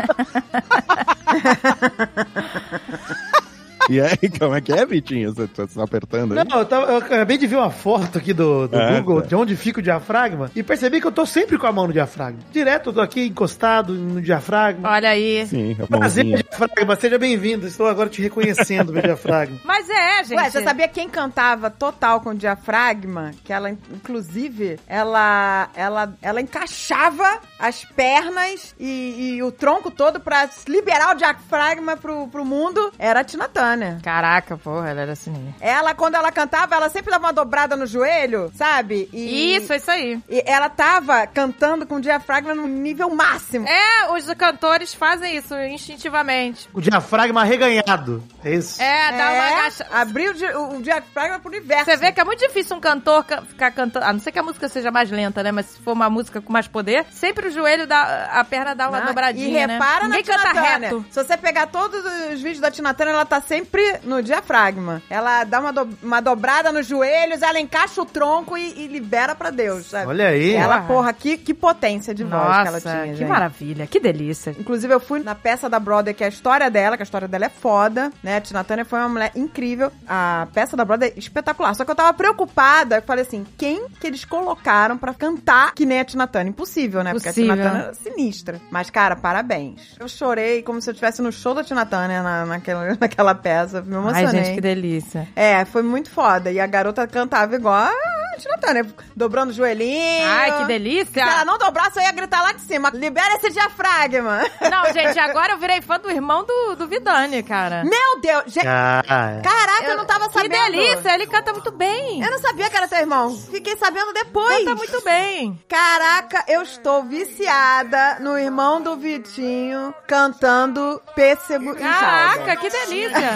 E aí, como é que é, Vitinho? Você tá se apertando aí? Não, eu, tava- eu acabei de ver uma foto aqui do, do Ah, Google tá. de onde fica o diafragma e percebi que eu tô sempre com a mão no diafragma. Direto, eu tô aqui encostado no diafragma. é, Olha aí. Sim, a Prazer, Ah, mãozinha. diafragma, seja bem-vindo. Estou agora te reconhecendo, meu diafragma. Mas é, gente. Ué, você sabia quem cantava total com diafragma? Que ela, inclusive, ela, ela, ela encaixava as pernas e, e o tronco todo pra liberar o diafragma pro, pro mundo. Era a Tina Turner. Caraca, porra, ela era sininha. Ela, quando ela cantava, ela sempre dava uma dobrada no joelho, sabe? E- Isso, é isso aí. E ela tava cantando com o diafragma no nível máximo. É, os cantores fazem isso instintivamente. O diafragma arreganhado. É isso. É, dá uma agacha. abriu o, di- o diafragma pro universo. Você vê que é muito difícil um cantor ca- ficar cantando. A não ser que a música seja mais lenta, né? Mas se for uma música com mais poder, sempre o joelho dá. A perna dá uma Não, dobradinha. Ah, E repara né? Ninguém na canta Tina Turner. reto. Se você pegar todos os vídeos da Tina Turner, ela tá sempre no diafragma. Ela dá uma, do- uma dobrada nos joelhos, ela encaixa o tronco e, e libera pra Deus, sabe? Olha aí. Ela, porra, que, que potência de voz que ela Nossa, tinha, que gente. maravilha, que delícia. Inclusive, eu fui na peça da Brother, que é a história dela, que a história dela é foda, né? A Tina Turner foi uma mulher incrível. A peça da Brother é espetacular. Só que eu tava preocupada, eu falei assim, quem que eles colocaram pra cantar que nem a Tina Turner? Impossível, né? Porque a Tina Possível. Turner era sinistra. Mas, cara, parabéns. Eu chorei como se eu estivesse no show da Tina Turner na, naquela, naquela peça. Me emocionei. Ai, gente, que delícia. É, foi muito foda. E a garota cantava igual a praticamente Natan, né? Dobrando o joelhinho. Ai, que Se delícia! ela não dobrasse, eu ia gritar lá de cima. Libera esse diafragma. Não, gente, agora eu virei fã do irmão do, do Vidani, cara. Meu Deus. gente, Ah, é. Caraca, eu, não tava Que sabendo. delícia! Ele canta muito bem. Eu não sabia que era seu irmão. Fiquei sabendo depois. Canta muito bem. Caraca, eu estou viciada no irmão do Vitinho cantando Pêssego e Chalda. Caraca, que delícia!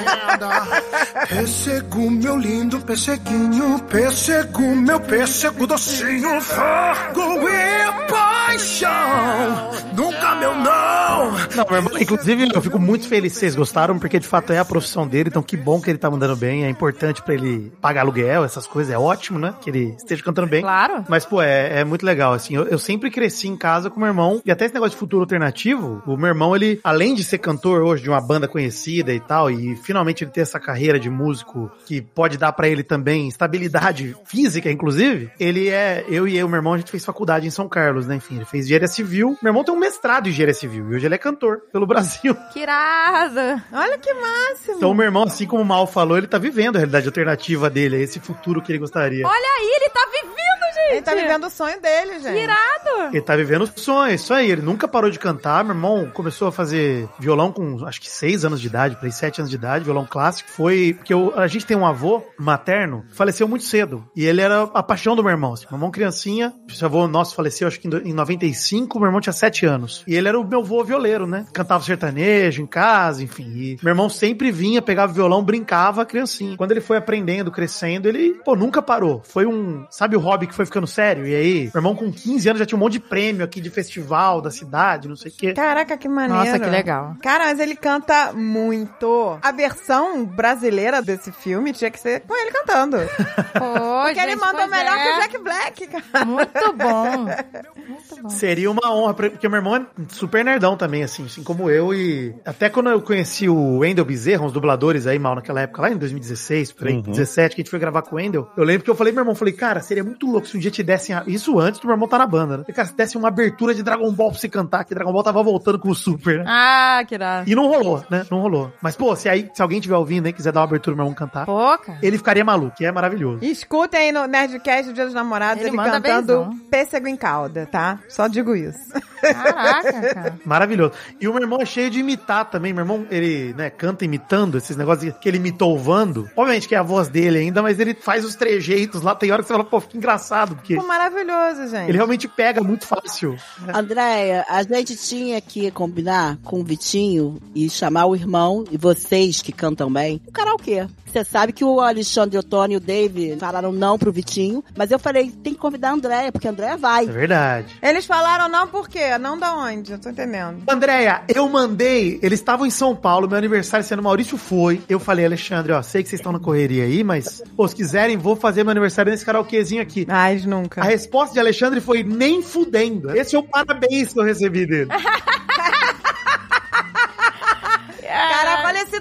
Pêssego, meu lindo pesseguinho, pêssego, meu pêssego docinho, fogo e paixão, nunca meu não. Não, meu irmão, inclusive, eu fico muito feliz que vocês gostaram, porque de fato é a profissão dele, então que bom que ele tá mandando bem, é importante pra ele pagar aluguel, essas coisas, é ótimo, né? Que ele esteja cantando bem. Claro. Mas, pô, é, é muito legal, assim, eu, eu sempre cresci em casa com meu irmão, e até esse negócio de futuro alternativo, o meu irmão, ele, além de ser cantor hoje de uma banda conhecida e tal, e finalmente ele ter essa carreira de músico que pode dar pra ele também estabilidade física, inclusive, ele é, eu e eu, meu irmão, a gente fez faculdade em São Carlos, né, enfim, ele fez engenharia civil, meu irmão tem um mestrado em engenharia civil, e hoje ele é cantor pelo Brasil. Que irada! Olha que máximo. Então, meu irmão, assim como o Mal falou, ele tá vivendo a realidade alternativa dele, é esse futuro que ele gostaria. Olha aí, ele tá vivendo, gente! Ele tá vivendo o sonho dele, gente. Que irado! Ele tá vivendo o sonho, isso aí. Ele nunca parou de cantar. Meu irmão começou a fazer violão com acho que seis anos de idade, por aí, sete anos de idade, violão clássico. Foi porque eu- a gente tem um avô materno, faleceu muito cedo. E ele era a paixão do meu irmão. Assim, meu irmão criancinha, esse avô nosso faleceu acho que em do- em 95, meu irmão tinha sete anos. E ele era o meu avô violeiro, né? Cantava sertanejo em casa, enfim. E meu irmão sempre vinha, pegava o violão, brincava criancinha. Quando ele foi aprendendo, crescendo, ele, pô, nunca parou. Foi um, sabe o hobby que foi ficando sério? E aí, meu irmão com 15 anos já tinha um monte de prêmio aqui de festival da cidade, não sei o quê. Caraca, que maneiro. Nossa, que legal. Cara, mas ele canta muito. A versão brasileira desse filme tinha que ser com ele cantando. Pô, Porque ele gente, manda pois melhor é. que o Jack Black, cara. Muito bom. Muito bom. Seria uma honra, pra- porque meu irmão é super nerdão também, assim, assim como eu. E até quando eu conheci o Wendel Bezerra, uns dubladores aí mal naquela época, lá em 2016, por aí, Uhum. 17, que a gente foi gravar com o Wendel, eu lembro que eu falei pro meu irmão, falei, cara, seria muito louco se um dia te dessem. a- Isso antes do meu irmão tá na banda, né? Falei, Cara, se desse uma abertura de Dragon Ball pra você cantar, que Dragon Ball tava voltando com o Super, né? Ah, que irado. E não rolou, né? Não rolou. Mas, pô, se aí, se alguém tiver ouvindo e quiser dar uma abertura pra um cantar, Pô, cara. ele ficaria maluco, que é maravilhoso. Escutem aí no Nerdcast do Dia dos Namorados Ele ele, manda cantando benzão. Pêssego em Calda, tá? Só digo isso. Caraca, cara. Maravilhoso. E o meu irmão é cheio de imitar também. Meu irmão, ele, né, canta imitando esses negócios que ele imitou o Vando. Obviamente que é a voz dele ainda, mas ele faz os trejeitos lá. Tem hora que você fala, pô, fica engraçado, porque Ficou maravilhoso, gente. ele realmente pega muito fácil. Andréia, a gente tinha que combinar com o Vitinho e chamar o irmão e vocês que cantam bem o karaokê. Você sabe que o Alexandre, o Tony e o Dave falaram não pro Vitinho, mas eu falei, tem que convidar a Andréia, porque a Andréia vai. É verdade. Eles falaram não por quê? Não da onde? Eu tô entendendo. Andréia, eu mandei. Eles estavam em São Paulo, meu aniversário sendo Maurício foi. Eu falei, Alexandre, ó, sei que vocês estão na correria aí, mas, pô, se quiserem, vou fazer meu aniversário nesse karaokezinho aqui. Mas nunca. A resposta de Alexandre foi nem fudendo. Esse é o parabéns que eu recebi dele. É. Cara, olha esse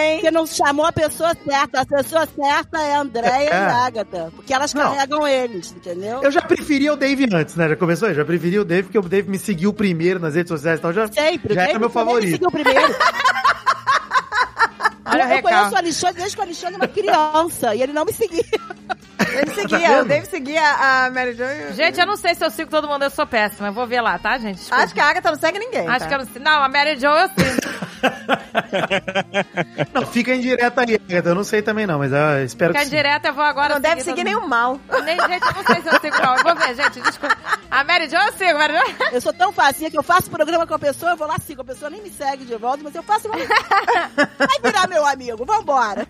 hein? Você não chamou a pessoa certa. A pessoa certa é a Andréia e a Agatha. Porque elas Não. carregam eles, entendeu? Eu já preferia o Dave antes, né? Já começou? Eu já preferia o Dave, porque o Dave me seguiu primeiro nas redes sociais e tal. Já, Sempre. já Quem era meu me primeiro, me favorito. seguiu primeiro. Olha o eu conheço o recado. Alexandre desde que o Alexandre é uma criança e ele não me seguia. Ele seguia, Tá o Dave seguia a Mary Jo. e o- Gente, eu não sei se eu sigo todo mundo, eu sou péssima. Eu vou ver lá, tá, gente? Desculpa. Acho que a Agatha não segue ninguém. Acho Ah, tá? que eu não sei. Não, a Mary Jo eu sigo. Não, fica em direto aí, Agatha. Eu não sei também não, mas ah, espero Fica que sim. direto, eu vou agora. Não deve todo seguir nenhum mal. mundo. Nem, gente, eu não sei se eu sigo, não. Eu vou ver, gente, desculpa. A Mary Jo eu sigo, Mary Jo. Eu sou tão facinha que eu faço programa com a pessoa, eu vou lá, sigo. A pessoa nem me segue de volta, mas eu faço. Vai virar meu amigo, vambora.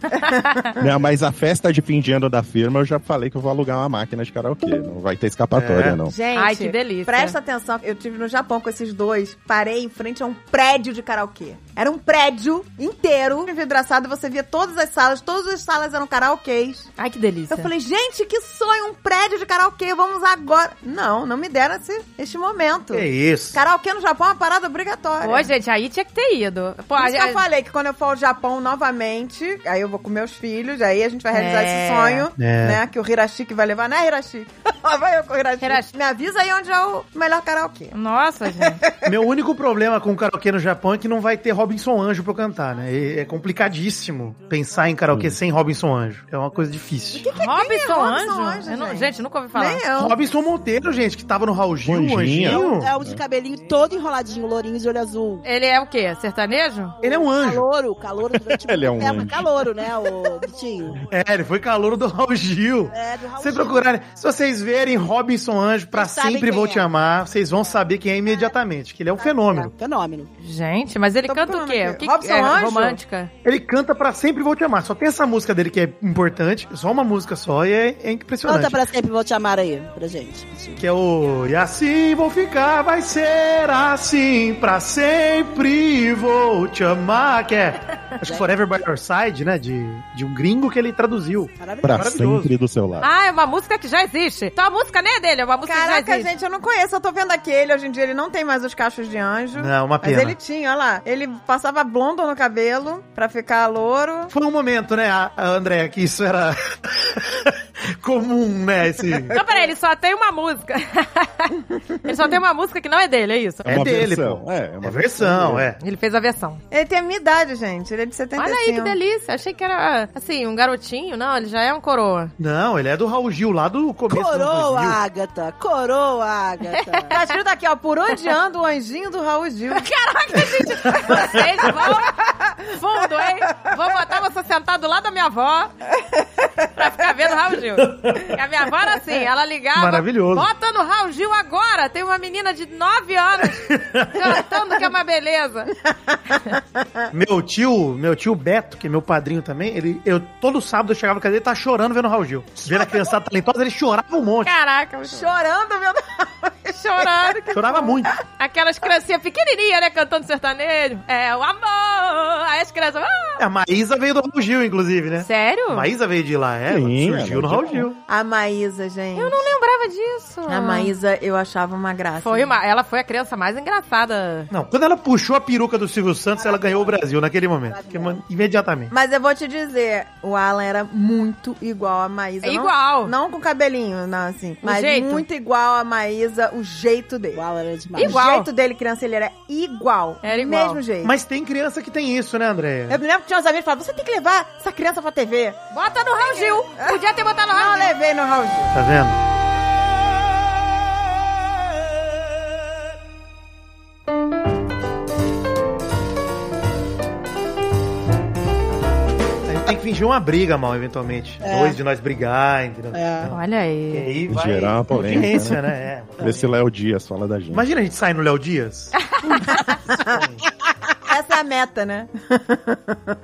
Não, mas a festa de fim de ano da firma eu já falei que eu vou alugar uma máquina de karaokê. Não vai ter escapatória, É. não. Gente, Ai, que delícia. presta atenção. Eu tive no Japão com esses dois. Parei em frente a um prédio de karaokê. Era um prédio inteiro envidraçado. Você via todas as salas. Todas as salas eram karaokês. Ai, que delícia. Eu falei, gente, que sonho, um prédio de karaokê. Vamos agora. Não, não me deram esse, este momento. Que isso. Karaokê no Japão é uma parada obrigatória. Pô, gente, aí tinha que ter ido. Pô, Por a- isso que eu falei que quando eu for ao Japão novamente, aí eu vou com meus filhos, aí a gente vai realizar É. esse sonho, É. né? Que o Hirashiki vai levar, né, Hirashiki? Lá vai eu com o Hirashiki. Hirashiki. Me avisa aí onde é o melhor karaokê. Nossa, gente. Meu único problema com o karaokê no Japão é que não vai ter Robinson Anjo pra eu cantar, né? E é complicadíssimo pensar em karaokê sem Robinson Anjo. É uma coisa difícil. Robinson Robinson Anjo? é Anjo, Eu não- gente? gente? nunca ouvi falar. Nem eu. Robinson Monteiro, gente, que tava no Raul Gil, Anjinho. o É Anjinho. um, é um de cabelinho todo enroladinho, lourinho de olho azul. Ele é o quê? Sertanejo? Ele é um anjo. Calouro, calouro durante Ele é um tempo. anjo. Calouro, né, o Vitinho? É, ele foi calor do Raul Gil. É, do Raul Se Gil. procurarem, se vocês verem Robinson Anjo pra Vocês sabem sempre vou quem te é. amar, vocês vão saber quem é imediatamente, que ele é um fenômeno. É, fenômeno. Gente, mas ele Tô canta o procurando quê? aqui. O que Robson é Anjo? romântica? Ele canta pra sempre vou te amar. Só tem essa música dele que é importante, só uma música só e é, é impressionante. Canta pra sempre, vou te amar aí, pra gente. Vitinho. Que é o E assim vou ficar, vai ser assim pra sempre vou te amar, que é acho que Forever by Your Side, né, de, de um gringo que ele traduziu. Pra Maravilhoso. Maravilhoso. sempre do seu lado. Ah, é uma música que já existe. Então a música nem é dele, é uma música que já Caraca, existe. gente, eu não conheço. Eu tô vendo aqui ele. Hoje em dia ele não tem mais os cachos de anjo. Não, uma Mas pena. ele tinha, olha lá. Ele passava blondo no cabelo pra ficar louro. Foi um momento, né, a- a André, que isso era comum, né, esse Então, peraí, ele só tem uma música. ele só tem uma música que não é dele, é isso. É dele, versão, pô. É, uma é uma versão, é. Ele fez a versão. Ele tem a minha idade, gente. Ele é de 75. Olha aí que delícia. Achei que era, assim, um garotinho. Não, ele já é um coroa. Não, ele é do Raul Gil, lá do começo Coroa, do Agatha! Coroa, Agatha! Tá escrito aqui, ó. Por onde anda o anjinho do Raul Gil? Vocês vão fundo, hein? Vou botar você sentado do lado da minha avó pra ficar vendo Raul Gil. E a minha avó era assim, ela ligava. Maravilhoso. Bota no Raul Gil agora. Tem uma menina de 9 anos cantando que é uma beleza. Meu tio, meu tio Beto, que é meu padrinho também, ele, eu todo sábado eu chegava na casa dele, ele tava chorando vendo o Raul Gil. Vendo a criançada talentosa, ele chorava um monte. Caraca, Chorando, meu chorando. Chorava muito. Aquelas criancinhas pequenininhas, né, cantando sertanejo. É o amor. Aí as crianças... ah. A Maísa veio do Raul Gil, inclusive, né? Sério? A Maísa veio de lá, é. Sim, ela surgiu no ela Raul Gil. A Maísa, gente. Eu não lembrava disso. A Maísa, eu achava uma graça. Foi uma, ela foi a criança mais engraçada. Não, quando ela puxou a peruca do Silvio Santos, ela ganhou o Brasil naquele momento. Que, mano, imediatamente. Mas eu vou te dizer, o Alan era muito igual a Maísa. É não- igual. Não com cabelinho, não, assim. mas jeito. muito igual a Maísa, o jeito dele. Igual era demais. Igual. O jeito dele, criança, ele era igual. Era do igual. Mesmo jeito. Mas tem criança que tem isso, né, Andréia? Eu me lembro que tinha uns amigos que falavam, você tem que levar essa criança pra TV. Bota no Raul Gil. Podia ter botado Ah, no Raul é. Não Gil. levei no Raul Gil. Tá vendo? A gente tem que fingir uma briga, mal, eventualmente. É. Dois de nós brigar, entendeu? É. Olha E aí. aí vai. Gerar uma polêmica, audiência, né? né? É. Vê se Léo Dias fala da gente. Imagina a gente sair no Léo Dias. Essa é a meta, né?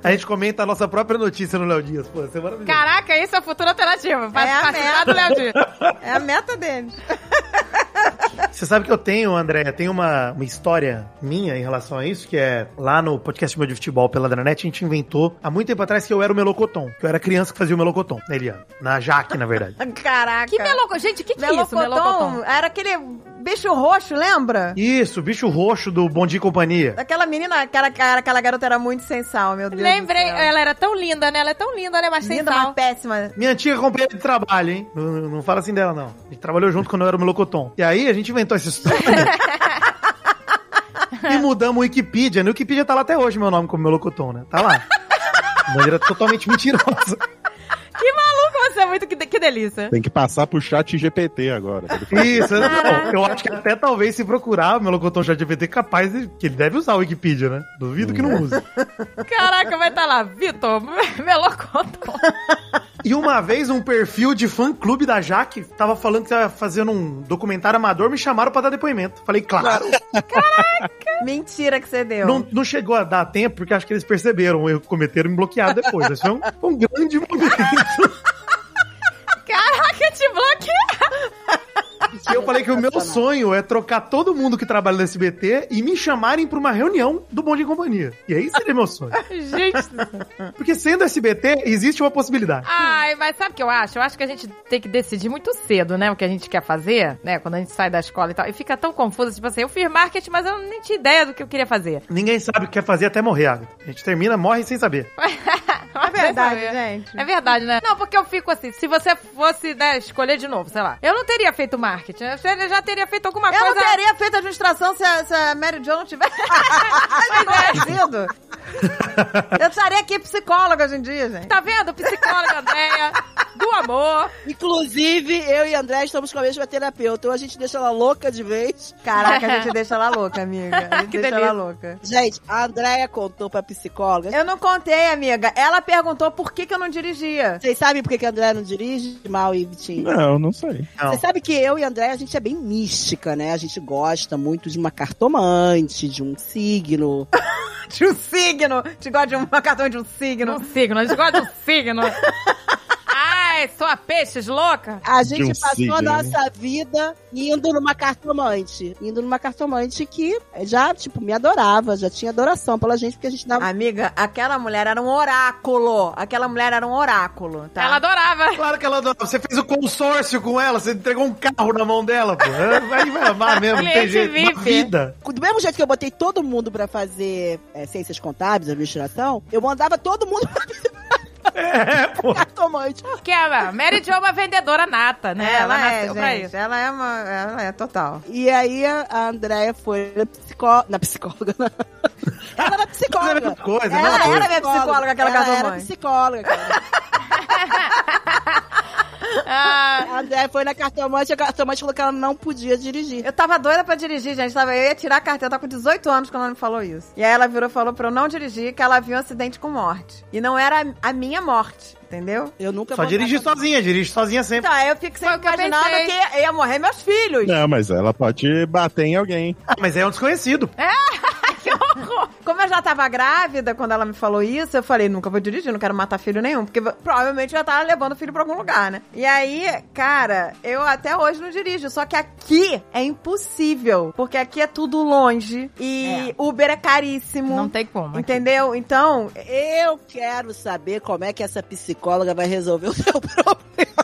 A gente comenta a nossa própria notícia no Léo Dias. Pô, isso é maravilhoso. Caraca, isso é a futura alternativa. Vai É a participar do Léo Dias. É a meta deles. Você sabe que eu tenho, André, tem uma, uma história minha em relação a isso, que é lá no podcast meu de futebol pela Dranet, a gente inventou há muito tempo atrás que eu era o melocotom, que eu era criança que fazia o melocotom, né, Eliana? Na Jaque, na verdade. Caraca. Que melocotom. Gente, que que é isso, Melocotão, melocotão? Era aquele bicho roxo, lembra? Isso, bicho roxo do Bom Dia e Companhia. Aquela menina, cara, cara, aquela garota era muito sensal, meu Deus. do Lembrei, céu. ela era tão linda, né? Ela é tão linda, né? Mas sem Linda, sal. mas péssima. Minha antiga companheira de trabalho, hein? Não, não- não fala assim dela, não. A gente trabalhou junto quando eu era o melocotom. E aí a gente inventou essa história. e mudamos o Wikipedia. No Wikipedia tá lá até hoje meu nome como melocotom, né? Tá lá. De maneira totalmente mentirosa. Que maluco você é muito. Que, que delícia. Tem que passar pro chat GPT agora. Isso, não, eu acho que até talvez se procurar o Melocotão Chat GPT capaz de, que ele deve usar o Wikipedia, né? Duvido que não use. Caraca, vai estar lá. Vitor, melocotão. E uma vez um perfil de fã clube da Jaque tava falando que tava fazendo um documentário amador, me chamaram pra dar depoimento. Falei, claro. Mentira que você deu. Não, não chegou a dar tempo, porque acho que eles perceberam o erro que cometeram e me bloquearam depois. Esse foi um, um grande momento. Caraca, te bloqueei. E eu falei que o meu sonho é trocar todo mundo que trabalha no SBT e me chamarem pra uma reunião do Bom de Companhia. E aí seria meu sonho. Gente. do céu. Porque sendo SBT, existe uma possibilidade. Ai, mas sabe o que eu acho? Eu acho que a gente tem que decidir muito cedo, né? O que a gente quer fazer, né? Quando a gente sai da escola e tal. E fica tão confusa, tipo assim, eu fiz marketing, mas eu nem tinha ideia do que eu queria fazer. Ninguém sabe o que quer fazer até morrer, Agatha. A gente termina, morre sem saber. É verdade, Sem saber. gente. É verdade, né? Não, porque eu fico assim, se você fosse, né, escolher de novo, sei lá. Eu não teria feito marketing, eu já- já teria feito alguma Eu coisa. não teria feito administração se a, se a Mary Jo não tivesse acontecido. Eu estaria aqui psicóloga hoje em dia, gente. Tá vendo? Psicóloga Andréia, do amor. Inclusive, eu e André estamos com a mesma terapeuta. Ou a gente deixa ela louca de vez. Caraca, a gente deixa ela louca, amiga. A gente Que deixa delícia. ela louca. Gente, a Andréia contou pra psicóloga. Eu não contei, amiga. Ela perguntou por que, que eu não dirigia. Vocês sabem por que que a Andréia não dirige mal e Vitinho? Não, não sei. Não. Você sabe que eu e a Andréia, a gente é bem mística, né? A gente gosta muito de uma cartomante, de um signo. De um signo. Te gosta de um cartão de um signo. Um signo, a gente gosta de um signo. Ai, sou a peixes louca. A De gente um passou signo, a né? nossa vida indo numa cartomante. Indo numa cartomante que já, tipo, me adorava, já tinha adoração pela gente, porque a gente dava. Amiga, aquela mulher era um oráculo. Aquela mulher era um oráculo, tá? Ela adorava. Claro que ela adorava. Você fez o consórcio com ela, você entregou um carro na mão dela, pô. Aí vai amar mesmo, não tem Cliente jeito. Uma VIP. vida. Do mesmo jeito que eu botei todo mundo pra fazer é, ciências contábeis, administração, eu mandava todo mundo pra É, pô. cartomante. Porque a Mary Jo é uma vendedora nata, É, né? Ela, nasceu pra isso. Ela é uma. Ela é total. E aí a Andréia foi na, psicó... na psicóloga. na- Ela era Mas é a psicóloga. mesma coisa, é a Ela mesma era coisa. minha psicóloga, aquela ela casou era mãe. psicóloga, cara. Ah, A André foi na cartomante, a cartomante falou que ela não podia dirigir. Eu tava doida pra dirigir, gente. Tava, eu ia tirar a carteira. Eu tava com 18 anos quando ela me falou isso. E aí ela virou e falou pra eu não dirigir, que ela viu um acidente com morte. E não era a- a minha morte, entendeu? Eu nunca Só vou dirige andar com- sozinha, dirige sozinha sempre. Então, aí eu fico Foi o sempre que eu imaginando pensei. que ia morrer meus filhos. Não, mas ela pode bater em alguém. Tá. Ah, mas é um desconhecido. Como eu já tava grávida quando ela me falou isso, eu falei, nunca vou dirigir, não quero matar filho nenhum, porque provavelmente eu já tava levando o filho pra algum lugar, né? E aí, cara, eu até hoje não dirijo, só que aqui é impossível, porque aqui é tudo longe e Uber é caríssimo. não tem como. aqui. Entendeu? Então, Eu quero saber como é que essa psicóloga vai resolver o seu problema.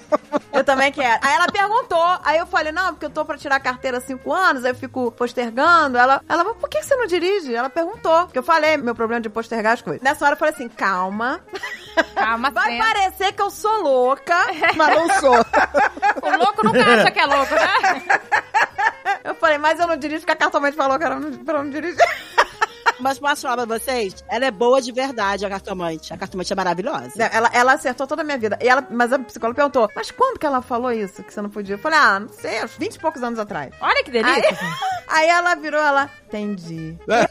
eu também quero. Aí ela perguntou, aí eu falei, não, porque eu tô pra tirar a carteira há cinco anos, aí eu fico postergando. Ela, ela mas por que você não dirige? Ela perguntou. Porque eu falei, meu problema é de postergar as coisas. Nessa hora eu falei assim, calma. Calma, Vai senta. parecer que eu sou louca. Mas não sou. O louco nunca acha que é louco, né? Eu falei, mas eu não dirijo, porque a cartomante falou que era não- pra eu não dirigir. Mas posso falar pra vocês? Ela é boa de verdade, a cartomante. A cartomante é maravilhosa. Não, Ela, ela acertou toda a minha vida. E ela, mas a psicóloga perguntou, mas quando que ela falou isso, que você não podia? Eu falei, ah, não sei, uns 20 e poucos anos atrás. Olha que delícia. Aí, aí ela virou, ela, entendi. Nossa,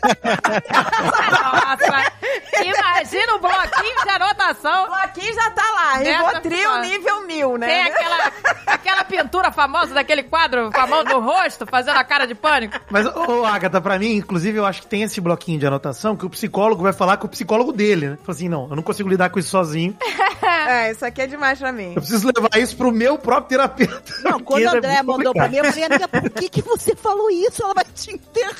imagina o bloquinho de anotação. Aqui já tá lá, Nessa Rivotril fala. nível mil, né? Tem aquela, aquela pintura famosa daquele quadro com a mão no rosto, fazendo a cara de pânico. Mas, ô, ô, Agatha, pra mim, inclusive, eu acho que tem esse bloquinho de anotação que o psicólogo vai falar com o psicólogo dele, né? Fala assim, não, eu não consigo lidar com isso sozinho. É, isso aqui é demais pra mim. Eu preciso levar isso pro meu próprio terapeuta. Não, quando a Porque é André muito mandou pra complicado. mim, eu falei, amiga, por que, que você falou isso? Ela vai te enterrar.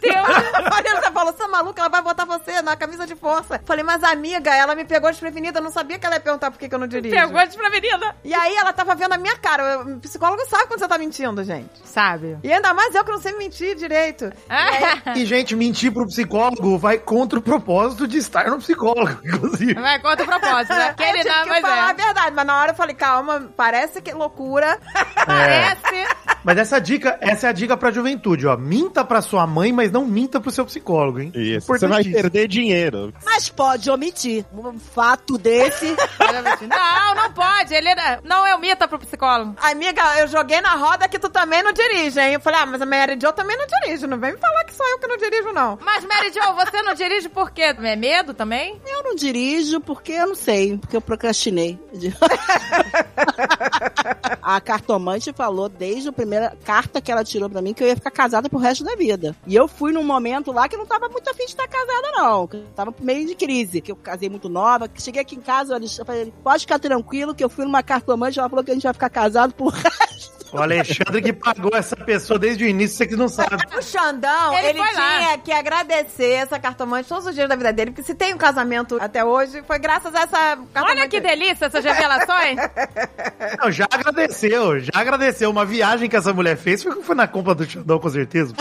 Deus, A Mariana já falou, você é maluca, ela vai botar você na camisa de força. Falei, mas amiga, ela me pegou desprevenida, eu não sabia que ela ia perguntar por que, que eu não dirijo. pegou desprevenida. E aí ela tava vendo a minha cara. Eu- O psicólogo sabe quando você tá mentindo, gente. Sabe? E ainda mais eu que não sei mentir direito. É? E, gente, mentir pro psicólogo vai contra o propósito de estar no psicólogo, inclusive. Vai contra o propósito, né? Aí É, eu Aquele tive não, que mas falar a é. verdade, mas na hora eu falei, calma, parece que loucura. Parece. Mas essa dica, essa é a dica pra juventude, ó. Minta pra sua mãe, mas não minta pro seu psicólogo, hein? Isso. Você vai Importantíssimo. perder dinheiro. Mas pode omitir. Um fato desse. Não, não pode. Ele era- não é o mita pro psicólogo. Amiga, eu joguei na roda que tu também não dirige, hein? Eu falei, ah, mas a Mary Jo também não dirige, não vem me falar que sou eu que não dirijo, não. Mas, Mary Jo, você não dirige por quê? É medo também? Eu não dirijo porque eu não sei, porque eu procrastinei. a cartomante falou desde a primeira carta que ela tirou pra mim que eu ia ficar casada pro resto da vida. E eu fui num momento lá que eu não tava muito afim de estar casada, não. Que eu tava meio de crise, que eu casei muito nova. que Cheguei aqui em casa, eu falei, pode ficar tranquilo que eu fui numa cartomante, ela falou que a gente vai ficar casado pro O Alexandre que pagou essa pessoa desde o início, você que não sabe. O Xandão, Ele ele, foi lá. tinha que agradecer essa cartomante todos os dias da vida dele, porque se tem um casamento até hoje, foi graças a essa cartomante. Olha que delícia essas revelações. Não, já agradeceu, já agradeceu. Uma viagem que essa mulher fez foi, foi na compra do Xandão, com certeza.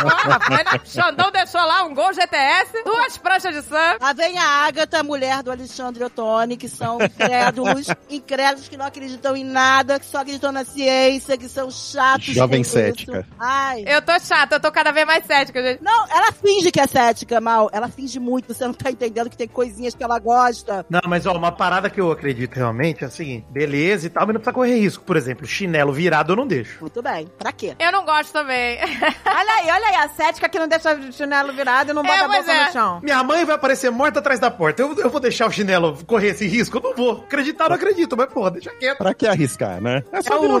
Porra, foi na- Xandão deixou lá um gol GTS, duas pranchas de Sam. Lá vem a Agatha, mulher do Alexandre Ottoni, que são incrédulos, incrédulos que não acreditam em nada, que só acreditam na ciência, que são chatos. Jovem com isso. cética. Ai. Eu tô chata, eu tô cada vez mais cética, gente. Não, ela finge que é cética, Mal. Ela finge muito, você não tá entendendo que tem coisinhas que ela gosta. Não, mas ó, uma parada que eu acredito realmente é a seguinte: beleza e tal, mas não precisa correr risco. Por exemplo, chinelo virado eu não deixo. Muito bem, pra quê? Eu não gosto também. Olha aí, olha aí, a cética que não deixa o chinelo virado e não É, bota a pois bolsa é. no chão. Minha mãe vai aparecer morta atrás da porta. Eu, eu vou deixar o chinelo correr esse risco? Eu não vou. Acreditar, eu não acredito, mas porra, deixa quieto. Pra que arriscar, né? É só É virar o- o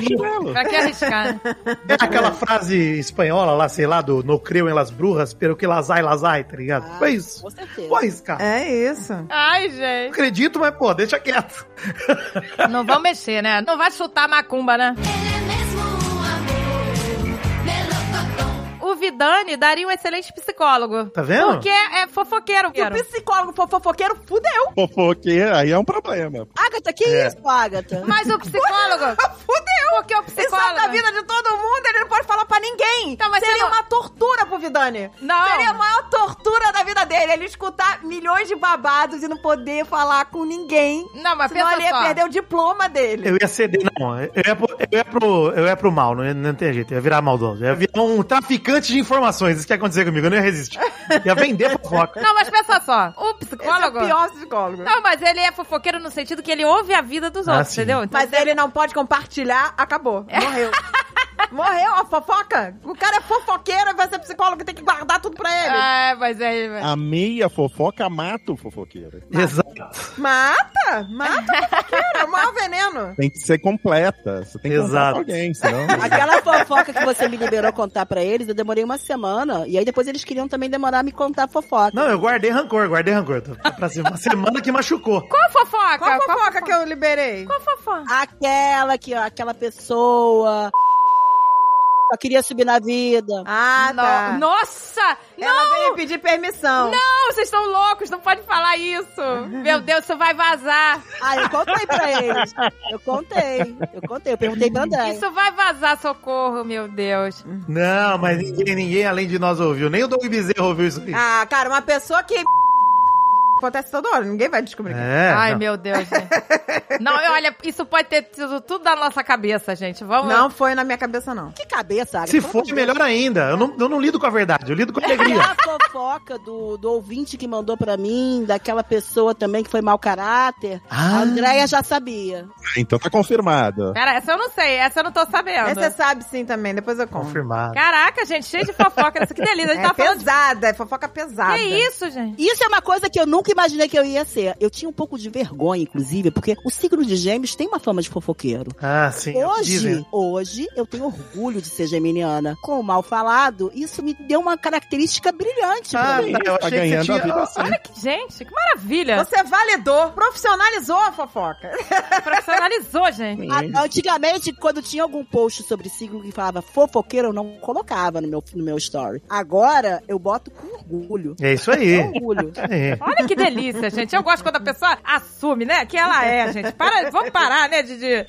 chinelo. pra que arriscar? né? É aquela frase espanhola lá, sei lá, do no creu em las brujas, pelo que lazai, lazai, tá ligado? Ah, é isso. Com certeza. Vou arriscar. É isso. Ai, Não gente. acredito, mas pô, deixa quieto. Não vão mexer, né? Não vai chutar macumba, né? Ele é mesmo um amor, melocotão. O Vidani daria um excelente psicólogo. Tá vendo? Porque é fofoqueiro. Se o psicólogo for fofoqueiro, fudeu. Fofoqueira, aí é um problema. Agatha, que É. isso, Agatha? é Mas o psicólogo... Fudeu. Porque o Ele sabe da psicólogo... vida de todo mundo, ele não pode falar pra é ninguém. Então, mas você Seria não- uma tortura pro Vidani. Não. Seria a maior tortura da vida dele, ele escutar milhões de babados e não poder falar com ninguém. Não, mas Senão ele pensa ia só. perder o diploma dele. Eu ia ceder, não. Eu ia pro, eu ia pro, eu ia pro mal, não, ia- não tem jeito. Eu ia virar maldoso. Eu ia virar um traficante de informações. Isso que ia acontecer comigo, eu não ia resistir. Eu ia vender fofoca. Não, mas pensa só. O Esse é o psicólogo... pior psicólogo. Não, mas ele é fofoqueiro no sentido que ele ouve a vida dos Ah, outros, sim. entendeu? Então, Mas ele não pode compartilhar, acabou. É. Morreu. Morreu a fofoca? O cara é fofoqueiro e vai ser psicólogo, tem que guardar tudo pra ele. Ah, mas é... A meia fofoca mata o fofoqueiro. Exato. Mata! Mata o fofoqueiro, é o maior veneno. Tem que ser completa. Você tem que contar Exato. pra alguém, senão. Aquela fofoca que você me liberou contar pra eles, eu demorei uma semana. E aí depois eles queriam também demorar a me contar a fofoca. Não, eu guardei rancor, guardei rancor. Tô pra cima. Uma semana que machucou. Qual fofoca? Qual a fofoca que eu liberei? Qual fofoca? Aquela que, aquela pessoa só queria subir na vida. Ah, No- tá. Nossa! Ela não! veio pedir permissão. Não, vocês estão loucos, não pode falar isso. Meu Deus, isso vai vazar. Ah, eu contei pra eles. Eu contei. Eu contei. Eu perguntei pra André. Isso vai vazar, socorro, meu Deus. Não, mas ninguém, ninguém além de nós ouviu. Nem o Doug Bezerra ouviu isso aí. Ah, cara, uma pessoa que. Acontece toda hora, ninguém vai descobrir. É, Ai, não. meu Deus, gente. Não, olha, isso pode ter sido tudo da nossa cabeça, gente. Vamos. Não foi na minha cabeça, não. Que cabeça, Agatha. Se Pelo for, amor de Deus. melhor ainda. Eu não, eu não lido com a verdade, eu lido com a alegria. Aquela fofoca do, do ouvinte que mandou pra mim, daquela pessoa também que foi mau caráter, a Ah. Andréia já sabia. Então tá confirmado. Pera, essa eu não sei, essa eu não tô sabendo. Essa é você sabe sim também, depois eu conto. Confirmado. Caraca, gente, cheio de fofoca. Isso que delícia. A gente É tá falando. pesada, é fofoca pesada. Que isso, gente? Isso é uma coisa que eu nunca imaginei que eu ia ser. Eu tinha um pouco de vergonha, inclusive, porque o signo de gêmeos tem uma fama de fofoqueiro. Ah, sim. é o que Hoje, dizem. hoje, eu tenho orgulho de ser geminiana. Com o mal falado, isso me deu uma característica brilhante. Ah, pra tá. mim. Eu tá achei que ganhando você a tinha- vida assim. Olha que gente, que maravilha. Você validou, profissionalizou a fofoca. Profissionalizou, gente. A- Antigamente, quando tinha algum post sobre signo que falava fofoqueiro, eu não colocava no meu, no meu story. Agora, eu boto com orgulho. É isso aí. Orgulho. É. Olha que delícia, gente. Eu gosto quando a pessoa assume, né? Que ela é, gente. Para, vamos parar, né? De, de,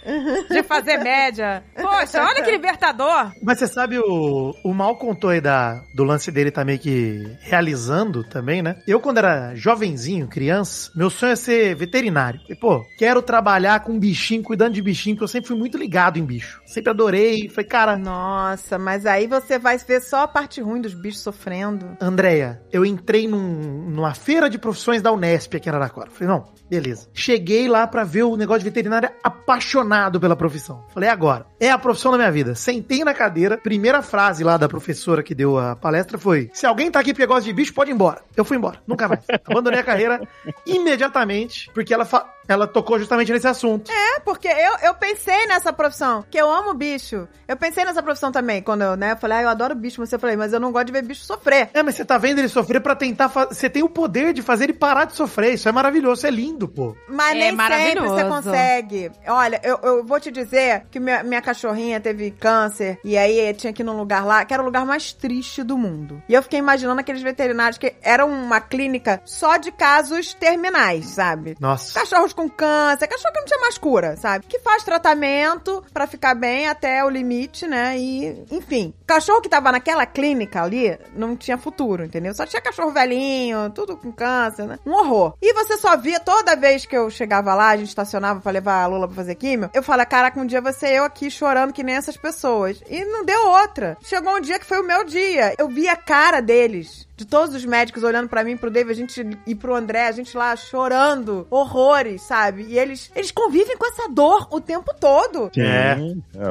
de fazer média. Poxa, olha que libertador. Mas você sabe, o, o Mal contou aí da, do lance dele tá meio que realizando também, né? Eu, quando era jovenzinho, criança, meu sonho é ser veterinário. E, pô, quero trabalhar com bichinho, cuidando de bichinho, porque eu sempre fui muito ligado em bicho. Sempre adorei. Falei, cara, Nossa, mas aí você vai ver só a parte ruim dos bichos sofrendo. Andréia, eu entrei num- numa feira de profissões da Unesp aqui em Araraquara. Falei, não, beleza. Cheguei lá pra ver o negócio de veterinária apaixonado pela profissão. Falei, é agora. É a profissão da minha vida. Sentei na cadeira, primeira frase lá da professora que deu a palestra foi: se alguém tá aqui porque gosta de bicho, pode ir embora. Eu fui embora, nunca mais. Abandonei a carreira imediatamente, porque ela, fa- ela tocou justamente nesse assunto. É, porque eu, eu pensei nessa profissão, que eu amo bicho. Eu pensei nessa profissão também, quando eu, né, falei, ah, eu adoro bicho, mas eu falei, mas eu não gosto de ver bicho sofrer. É, mas você tá vendo ele sofrer pra tentar. fa- Você tem o poder de fazer ele parar de sofrer. Isso é maravilhoso, isso é lindo, pô. Mas É nem sempre maravilhoso. você consegue. Olha, eu, eu vou te dizer que minha, minha cachorrinha teve câncer e aí tinha que ir num lugar lá, que era o lugar mais triste do mundo. E eu fiquei imaginando aqueles veterinários que era uma clínica só de casos terminais, sabe? Nossa. Cachorros com câncer, cachorro que não tinha mais cura, sabe? Que faz tratamento pra ficar bem até o limite, né? E, enfim, cachorro que tava naquela clínica ali não tinha futuro, entendeu? Só tinha cachorro velhinho, tudo com câncer, né? Um horror. E você só via toda vez que eu chegava lá, a gente estacionava pra levar a Lula pra fazer químio, eu falava, caraca, um dia você eu aqui chorando que nem essas pessoas. E não deu outra. Chegou um dia que foi o meu dia. Eu vi a cara deles de todos os médicos olhando pra mim, pro David, a gente e pro André, a gente lá chorando, horrores, sabe? E eles, eles convivem com essa dor o tempo todo. É. o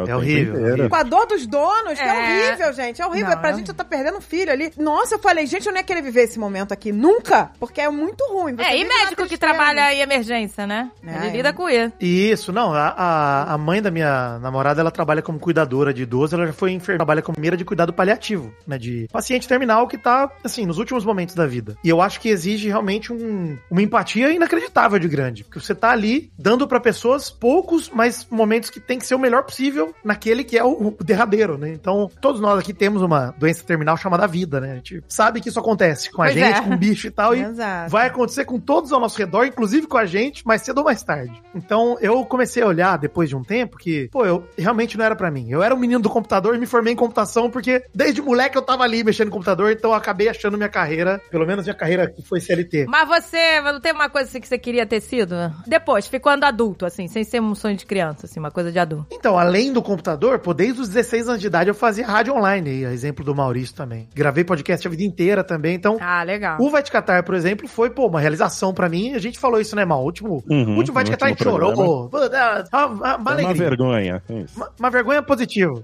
tempo horrível, inteiro. É horrível. Com a dor dos donos, que é É. horrível, gente. É horrível. Não, pra é gente, eu tá perdendo um filho ali. Nossa, eu falei, gente, eu não ia querer viver esse momento aqui nunca, porque é muito ruim. Você É, e vive na médico que tristeza. trabalha em emergência, né? É, Ele é. lida com isso. E isso, não, a, a, a mãe da minha namorada, ela trabalha como cuidadora de idoso, ela já foi enfermeira, trabalha como enfermeira de cuidado paliativo, né, de paciente terminal que tá, assim, nos últimos momentos da vida. E eu acho que exige realmente um, uma empatia inacreditável de grande, porque você tá ali dando pra pessoas poucos, mas momentos que tem que ser o melhor possível naquele que é o, o derradeiro, né? Então, todos nós aqui temos uma doença terminal chamada vida, né? A gente sabe que isso acontece com a Pois gente, é. com o bicho e tal, e Exato. Vai acontecer com todos ao nosso redor, inclusive com a gente, mais cedo ou mais tarde. Então, eu comecei a olhar depois de um tempo que, pô, eu realmente não era pra mim. Eu era um menino do computador e me formei em computação porque desde moleque eu tava ali mexendo no computador, então eu acabei achando minha carreira, pelo menos minha carreira que foi CLT. Mas você, não tem uma coisa assim que você queria ter sido? Depois, ficando adulto, assim, sem ser um sonho de criança, assim, uma coisa de adulto. Então, além do computador, pô, desde os 16 anos de idade eu fazia rádio online, e a exemplo do Maurício também. Gravei podcast a vida inteira também, então Ah, legal. Tá. O Vai Te Catar, por exemplo, foi, pô, uma realização pra mim. A gente falou isso, né, Mal? O último, Uhum, o último Vai Te no Catar a gente último chorou. programa. pô. Ah, ah, ah, Uma É uma alegria. vergonha. é isso. Uma- Uma vergonha positiva.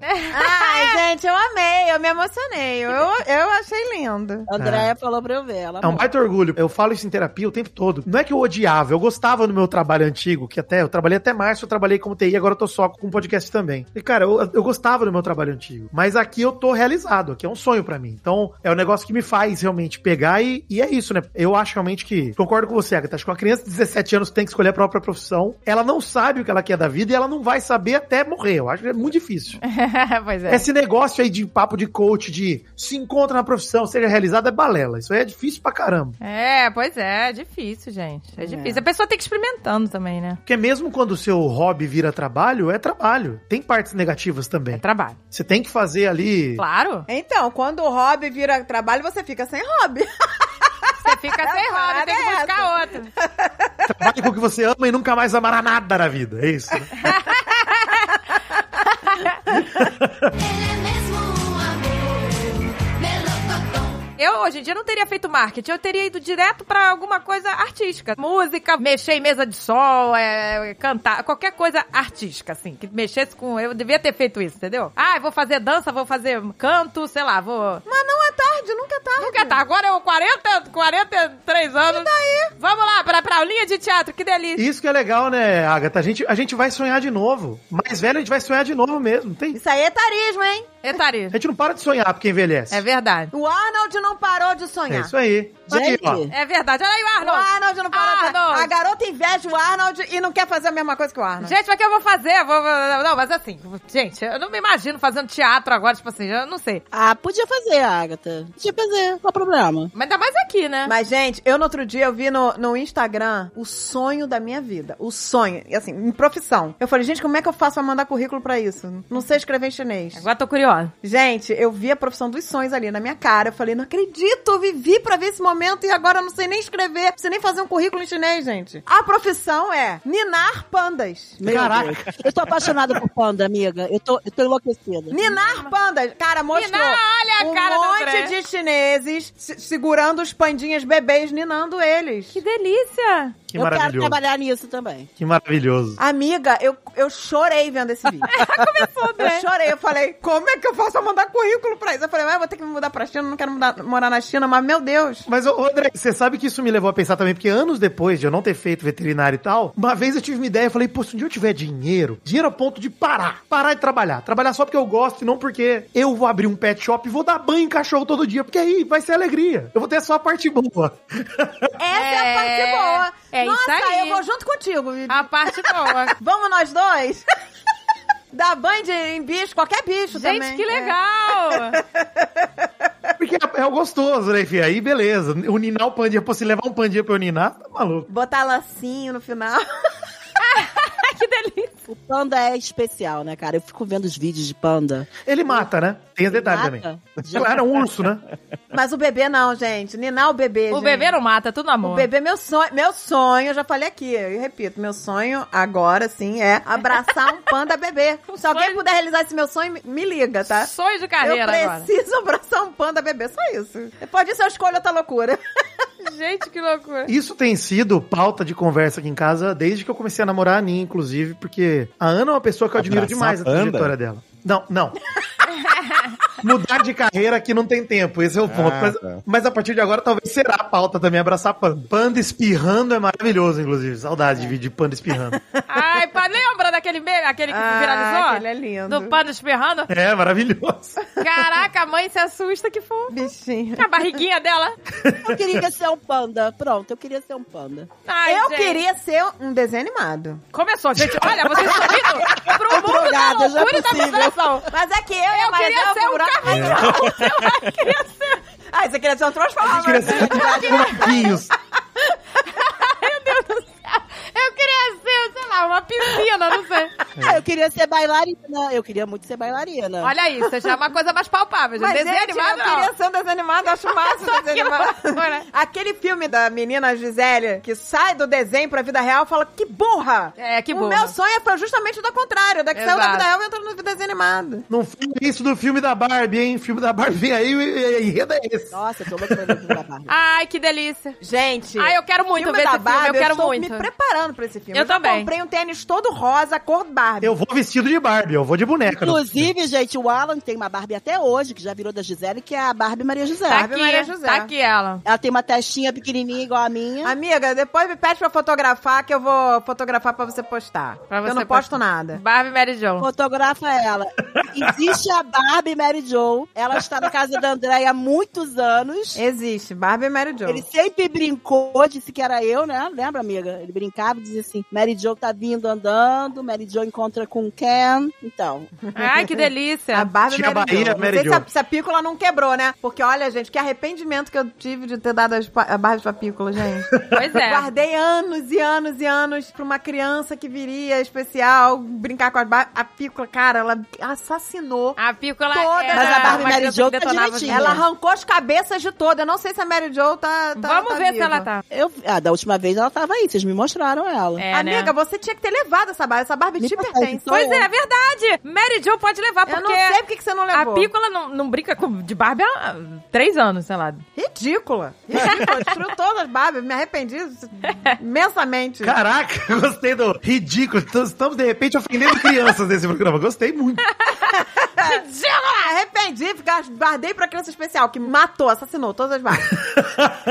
Ai, gente, eu amei, eu me emocionei. Eu, eu achei lindo. Andréia falou pra eu ver. Ela É um baita orgulho. Eu falo isso em terapia o tempo todo. Não é que eu odiava, eu gostava do meu trabalho antigo, que até eu trabalhei até março, eu trabalhei como TI, agora eu tô só com podcast também. E, cara, eu, eu gostava do meu trabalho antigo. Mas aqui eu tô realizado, aqui é um sonho pra mim. Então, é um negócio que me faz realmente pegar e, e é isso, né? Eu acho realmente que. Concordo com você, Agatha. Acho que uma criança de 17 anos tem que escolher a própria profissão. Ela não sabe o que ela quer da vida e ela não vai saber até morrer. Eu acho que é muito difícil. pois é. Esse negócio aí de papo de coach, de se encontra na profissão, seja realizado, é balela. Isso aí é difícil pra caramba. É, pois é, é difícil, gente. É difícil. A pessoa tem que ir experimentando também, né? Porque mesmo quando o seu hobby vira trabalho, é trabalho. Tem partes negativas É também. trabalho. Você tem que fazer ali. Claro. Então, quando o hobby vira trabalho, você fica sem hobby. Você fica sem roda, tem que parada é buscar outra. Trabalhe com o que você ama e nunca mais amará nada na vida. É isso. né? Ele é mesmo um amor, melocotão. Eu, hoje em dia, não teria feito marketing. Eu teria ido direto pra alguma coisa artística. Música, mexer em mesa de sol, é, cantar, qualquer coisa artística, assim. Que mexesse com... Eu devia ter feito isso, entendeu? Ah, eu vou fazer dança, vou fazer canto, sei lá, vou... Mas não é tarde, nunca é tarde. Nunca tá. Agora eu 40, 43 anos. E daí? Vamos lá, pra, pra linha de teatro, que delícia. Isso que é legal, né, Agatha? A gente, a gente vai sonhar de novo. Mais velho, a gente vai sonhar de novo mesmo. Tem... Isso aí é tarismo, hein? Etari, A gente não para de sonhar porque envelhece. é verdade. O Arnold não parou de É sonhar. isso aí. Aí, ó. Gente. É verdade. Olha aí o O Arnold. Arnold não parou de sonhar. Arnold. A garota inveja o Arnold e não quer fazer a mesma coisa que o Arnold. Gente, mas o que eu vou fazer? Vou- vou- não, mas assim, gente, eu não me imagino fazendo teatro agora, tipo assim, eu não sei. Ah, podia fazer, Agatha. Podia fazer, qual o problema? Mas ainda mais aqui, né? Mas, gente, eu no outro dia eu vi no, no Instagram o sonho da minha vida. O sonho. E assim, em profissão. Eu falei, gente, como é que eu faço pra mandar currículo pra isso? Não sei escrever em chinês. Agora tô curiosa. Gente, eu vi a profissão dos sonhos ali na minha cara. Eu falei, não acredito, eu vivi pra ver esse momento e agora eu não sei nem escrever, não sei nem fazer um currículo em chinês, gente. A profissão é ninar pandas. Meu Caraca. Deus. Eu tô apaixonada por panda, amiga. Eu tô, eu tô enlouquecida. Ninar pandas. Cara, mostrou Ninar, olha a um cara do monte André. de chineses se- segurando os pandinhas bebês, ninando eles. Que delícia. Que eu quero maravilhoso. trabalhar nisso também. Que maravilhoso. Amiga, eu, eu chorei vendo esse vídeo. Ah, Começou, né? Eu André. chorei, eu falei, como é que eu faço pra mandar currículo pra isso? Eu falei, mas eu vou ter que me mudar pra China, não quero mudar- morar na China, mas meu Deus. Mas, ô, ô, André, você sabe que isso me levou a pensar também, porque anos depois de eu não ter feito veterinário e tal, uma vez eu tive uma ideia, eu falei, pô, se um dia eu tiver dinheiro, dinheiro a ponto de parar, parar de trabalhar. Trabalhar só porque eu gosto e não porque eu vou abrir um pet shop e vou dar banho em cachorro todo dia, porque aí vai ser alegria. Eu vou ter só a parte boa. Essa É, é, a parte boa. é isso Nossa, aí. eu vou junto contigo. Vivi. A parte boa. Vamos nós dois? Dá banho de- em bicho, qualquer bicho Gente, também. que É. legal! Porque é, é o gostoso, né, filho? Aí, beleza. O ninar o pandinha, pô, se levar um pandinha pra eu ninar, tá maluco. É. Botar lacinho no final. que delícia! O panda é especial, né, cara? Eu fico vendo os vídeos de panda. Ele mata, né? Tem esse detalhe Nada. também. Já- Ela era um urso, né? Mas o bebê não, gente. Ninar o bebê, O gente. bebê não mata, tudo amor. O bebê, meu sonho, meu sonho, eu já falei aqui, eu repito, meu sonho agora sim é abraçar um panda bebê. Se alguém puder realizar esse meu sonho, me- me liga, tá? Sonho de Eu carreira agora. preciso abraçar um panda bebê, só isso. Depois disso eu escolho outra loucura. Gente, que loucura. Isso tem sido pauta de conversa aqui em casa desde que eu comecei a namorar a Aninha, inclusive, porque a Ana é uma pessoa que eu admiro Abraçar demais a panda? trajetória dela. Não, não. Mudar de carreira aqui não tem tempo, esse é o ponto. Ah, mas, tá. mas a partir de agora talvez será a pauta também abraçar panda. Panda espirrando é maravilhoso, inclusive. Saudade de vídeo de panda espirrando. Ai, pá, lembra daquele meme, aquele que Ah, viralizou? aquele é lindo. Do pano espirrando? é, maravilhoso. Caraca, a mãe se assusta que foi. Bichinho. A barriguinha dela. Eu queria ser um panda. Pronto, eu queria ser um panda. Ai, eu gente. queria ser um desenho animado. Começou, gente. Olha, vocês estão indo pro mundo drogada, já da é loucura e da possível. vibração. Mas é que eu, Eu eu queria ser um Ah, você queria ser um transformador. Queria ser um Marquinhos. Eu queria ser, sei lá, uma piscina, não sei. É. Ah, eu queria ser bailarina. Eu queria muito ser bailarina. Olha isso, já é uma coisa mais palpável. Gente. Mas é, Desenho gente, animado, eu é não. queria ser um desenho animado, eu acho massa Só um desenho aquilo animado. agora. Aquele filme da menina Gisele, que sai do desenho pra vida real, fala, que burra! É, que O burra. meu sonho foi justamente do contrário, da que saiu da Exato. vida real e entrou no desenho animado. Não foi isso do filme da Barbie, hein? Filme da Barbie vem aí, e- e- enredo é esse. Nossa, eu tô louca pra ver o da Barbie. Ai, que delícia. Gente... Ai, eu quero muito filme ver da esse filme, Barbie, eu quero estou muito. me preparando pra esse filme. Eu já também. comprei um tênis todo rosa, cor Barbie. Eu vou vestido de Barbie, eu vou de boneca. Inclusive, gente, o Alan tem uma Barbie até hoje, que já virou da Gisele, que é a Barbie Maria José. Tá Barbie Maria aqui, José. tá aqui ela. Ela tem uma testinha pequenininha igual a minha. Amiga, depois me pede pra fotografar, que eu vou fotografar pra você postar. Pra eu você não postar. posto nada. Barbie Mary Jo. Fotografa ela. Existe a Barbie Mary Jo. Ela está na casa da Andréia há muitos É, anos. Existe, Barbie e Mary Jo. Ele sempre brincou, disse que era eu, né? Lembra, amiga? Ele brincava e dizia assim: Mary Jo tá vindo andando, Mary Jo encontra com Ken. Então, Ai, que delícia. A Barbie Tinha Mary Jo. Bahia, Não Mary sei Jo. Se, a, se a pícola não quebrou, né? Porque, olha, gente, que arrependimento que eu tive de ter dado as pa- a Barbie pra pícola, gente. Pois é. Guardei anos e anos e anos pra uma criança que viria especial brincar com as Barbie. A pícola, cara, ela assassinou. A Pícola Toda era Mas a Barbie uma Mary criança Jo que tá detonava direitinha. ela. Ela arrancou as cabeças de toda. Eu não sei se a Mary Jo tá. tá Vamos tá ver se viva. ela tá. eu. Ah, da última vez ela tava aí, vocês me mostraram ela. É, né? Amiga, você tinha que ter levado essa Barbie. Essa Barbie Me te parece, pertence. é, então- Pois é, é verdade. Mary Jo pode levar, Eu porque não sei por que que você não levou. a Pícola não, não brinca com, de Barbie há ah, três anos, sei lá. Ridícula. Ridícula. Destruiu todas as Barbies. Me arrependi imensamente. Caraca, eu gostei do ridículo. T- Estamos, de repente, ofendendo crianças nesse programa. Gostei muito. Ah, Me arrependi. fica- Guardei pra criança especial, que matou, assassinou todas as Barbies.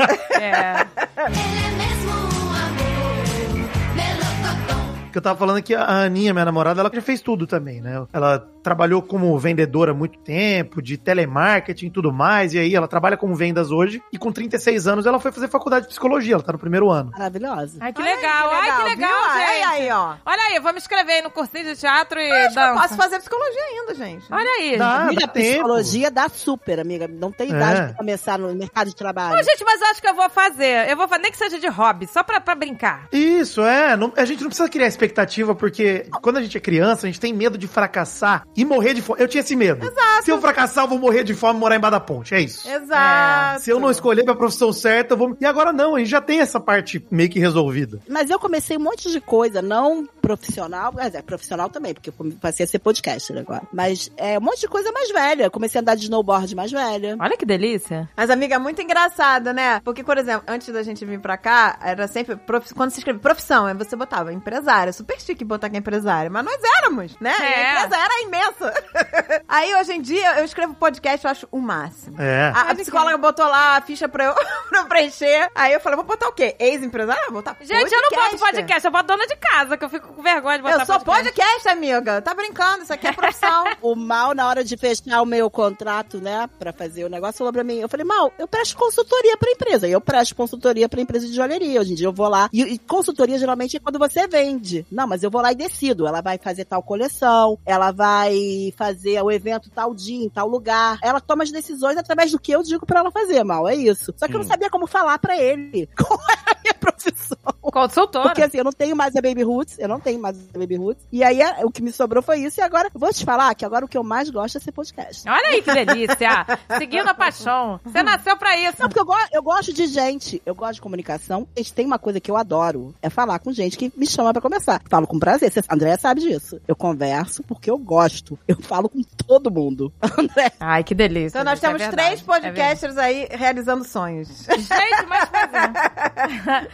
É. Ele é mesmo um amor, melocotão. Que eu tava falando que a Aninha, minha namorada, ela já fez tudo também, né? Ela trabalhou como vendedora há muito tempo, de telemarketing e tudo mais. E aí ela trabalha com vendas hoje. E com 36 anos ela foi fazer faculdade de psicologia. Ela tá no primeiro ano. Maravilhosa. Ai, que legal. Ai, que legal, viu? gente. Aí, aí, ó. Olha aí, vou me inscrever aí no cursinho de teatro e Acho que eu dança. posso fazer psicologia ainda, gente. Olha aí. Dá, Mira, Ah, dá tempo. psicologia dá super, amiga. Não tem É. idade pra começar no mercado de trabalho. Não, gente, mas eu acho que eu vou fazer. Eu vou fazer, nem que seja de hobby, só pra, pra brincar. Isso, é. Não- a gente não precisa criar expectativa, porque quando a gente é criança, a gente tem medo de fracassar e morrer de fome. Eu tinha esse medo. Exato. Se eu fracassar, eu vou morrer de fome e morar embaixo da ponte. É isso. Exato. É, Se eu não escolher minha profissão certa, eu vou. E agora não, a gente já tem essa parte meio que resolvida. Mas eu comecei um monte de coisa, não profissional, mas é profissional também, porque eu come- passei a ser podcaster agora. Mas é um monte de coisa mais velha. Comecei a andar de snowboard mais velha. Olha que delícia. Mas, amiga, é muito engraçado, né? Porque, por exemplo, antes da gente vir pra cá, era sempre. profi- Quando se escreve profissão, aí você botava empresária. Super chique botar que é empresária. Mas nós éramos, né? E É. a empresa era imensa. aí, hoje em dia, eu escrevo podcast, eu acho o máximo. É. Ah, A, a psicóloga botou lá a ficha pra eu, pra eu preencher. Aí eu falei, vou botar o quê? Ex-empresária? Vou botar Gente, eu não boto podcaster. podcast, eu boto dona de casa, que eu fico com vergonha de botar Eu sou podcast. podcast, amiga. Tá brincando, isso aqui é profissão. O Mal, na hora de fechar o meu contrato, né, pra fazer o negócio, falou pra mim, eu falei, Mal, eu presto consultoria pra empresa. E eu presto consultoria pra empresa de joalheria. Hoje em dia eu vou lá. E, e consultoria, geralmente, é quando você vende. Não, mas eu vou lá e decido. Ela vai fazer tal coleção, ela vai fazer o evento tal dia, em tal lugar. Ela toma as decisões através do que eu digo pra ela fazer, Mal. É isso. Só que eu não Hum. sabia como falar pra ele qual era a minha profissão. Consultora. Porque assim, eu não tenho mais a Baby Roots, eu não tenho mais a Baby Roots. E aí a- o que me sobrou foi isso. E agora, vou te falar que agora o que eu mais gosto é ser podcast. Olha aí que delícia. Seguindo a paixão. Você nasceu pra isso. Não, porque eu, go- eu gosto de gente, eu gosto de comunicação. Gente, tem uma coisa que eu adoro, é falar com gente que me chama pra conversar. Falo com prazer, Cê- a Andréia sabe disso. Eu converso porque eu gosto. Eu falo com todo mundo. André, Ai, que delícia. Então nós gente, é temos verdade, três é podcasters aí realizando sonhos. verdade. Gente, mas pois é.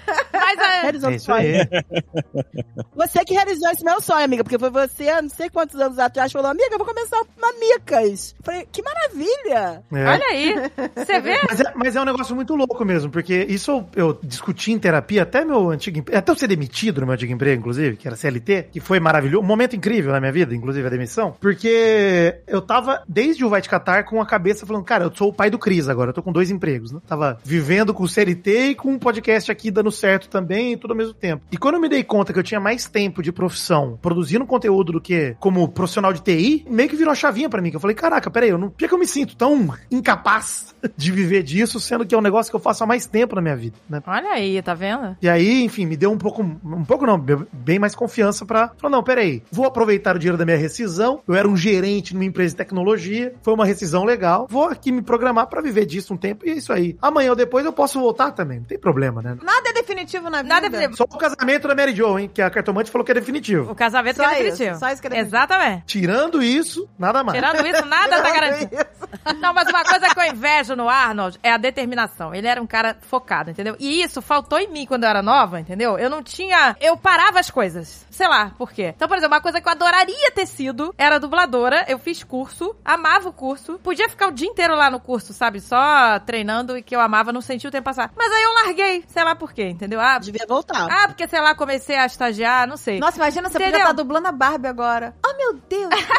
Mas a... realizou É um isso sonho. aí. Você que realizou esse meu sonho, amiga, porque foi você, há não sei quantos anos atrás, falou, amiga, eu vou começar o mamicas. Falei, que maravilha! É. Olha aí. Você vê? Mas é, mas é um negócio muito louco mesmo, porque isso eu, eu discuti em terapia, até meu antigo emprego, até eu ser demitido no meu antigo emprego, inclusive, que era CLT, que foi maravilhoso, um momento incrível na minha vida, inclusive a demissão, porque eu tava desde o Vai Te Catar com a cabeça falando, cara, eu sou o pai do Cris agora, eu tô com dois empregos, né? Tava vivendo com o CLT e com um podcast aqui dando certo também, tudo ao mesmo tempo. E quando eu me dei conta que eu tinha mais tempo de profissão produzindo conteúdo do que como profissional de TI, meio que virou a chavinha pra mim, que eu falei, caraca, peraí, eu não, por que que eu me sinto tão incapaz de viver disso, sendo que é um negócio que eu faço há mais tempo na minha vida, né? Olha aí, tá vendo? E aí, enfim, me deu um pouco, um pouco não, be- bem mais confiança pra falar, não, peraí, vou aproveitar o dinheiro da minha rescisão, eu era um gerente numa empresa de tecnologia, foi uma rescisão legal, vou aqui me programar pra viver disso um tempo e é isso aí. Amanhã ou depois eu posso voltar também, não tem problema, né? Nada é definitivo na vida. Nada é definitivo. Só o casamento da Mary Jo, hein, que a cartomante falou que é definitivo. O casamento Só que é isso, definitivo. só isso que é definitivo. Exatamente. Tirando isso, nada mais. Tirando isso, nada tá garantido. Não, mas uma coisa que eu invejo no Arnold é a determinação. Ele era um cara focado, entendeu? E isso faltou em mim quando eu era nova, entendeu? Eu não tinha. Eu parava as coisas. Sei lá por quê. Então, por exemplo, uma coisa que eu adoraria ter sido era dubladora. Eu fiz curso, amava o curso. Podia ficar o dia inteiro lá no curso, sabe? Só treinando e que eu amava, não sentia o tempo passar. Mas aí eu larguei, sei lá por quê, entendeu? Ah, Devia voltar. ah porque sei lá, comecei a estagiar, não sei. Nossa, imagina você podia Entendeu? estar dublando a Barbie agora. Oh, meu Deus, gente.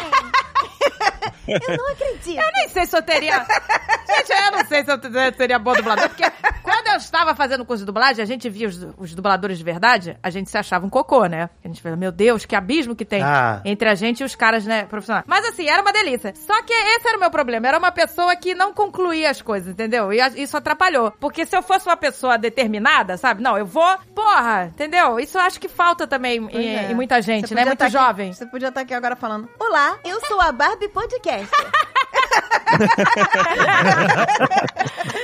Eu não acredito. Eu nem sei se eu teria. gente, eu não sei se eu te- seria bom dublador, porque quando eu estava fazendo curso de dublagem, a gente via os, os dubladores de verdade, a gente se achava um cocô, né? A gente falava, meu Deus, que abismo que tem Ah. entre a gente e os caras, né, profissionais. Mas assim, era uma delícia. Só que esse era o meu problema. Era uma pessoa que não concluía as coisas, entendeu? E a- isso atrapalhou. Porque se eu fosse uma pessoa determinada, sabe? Não, eu vou. Porra, entendeu? Isso eu acho que falta também em, Pois é. em muita gente, Você né? podia Muito tá aqui- jovem. Você podia estar aqui agora falando: Olá, eu sou a Barbie Podcaster.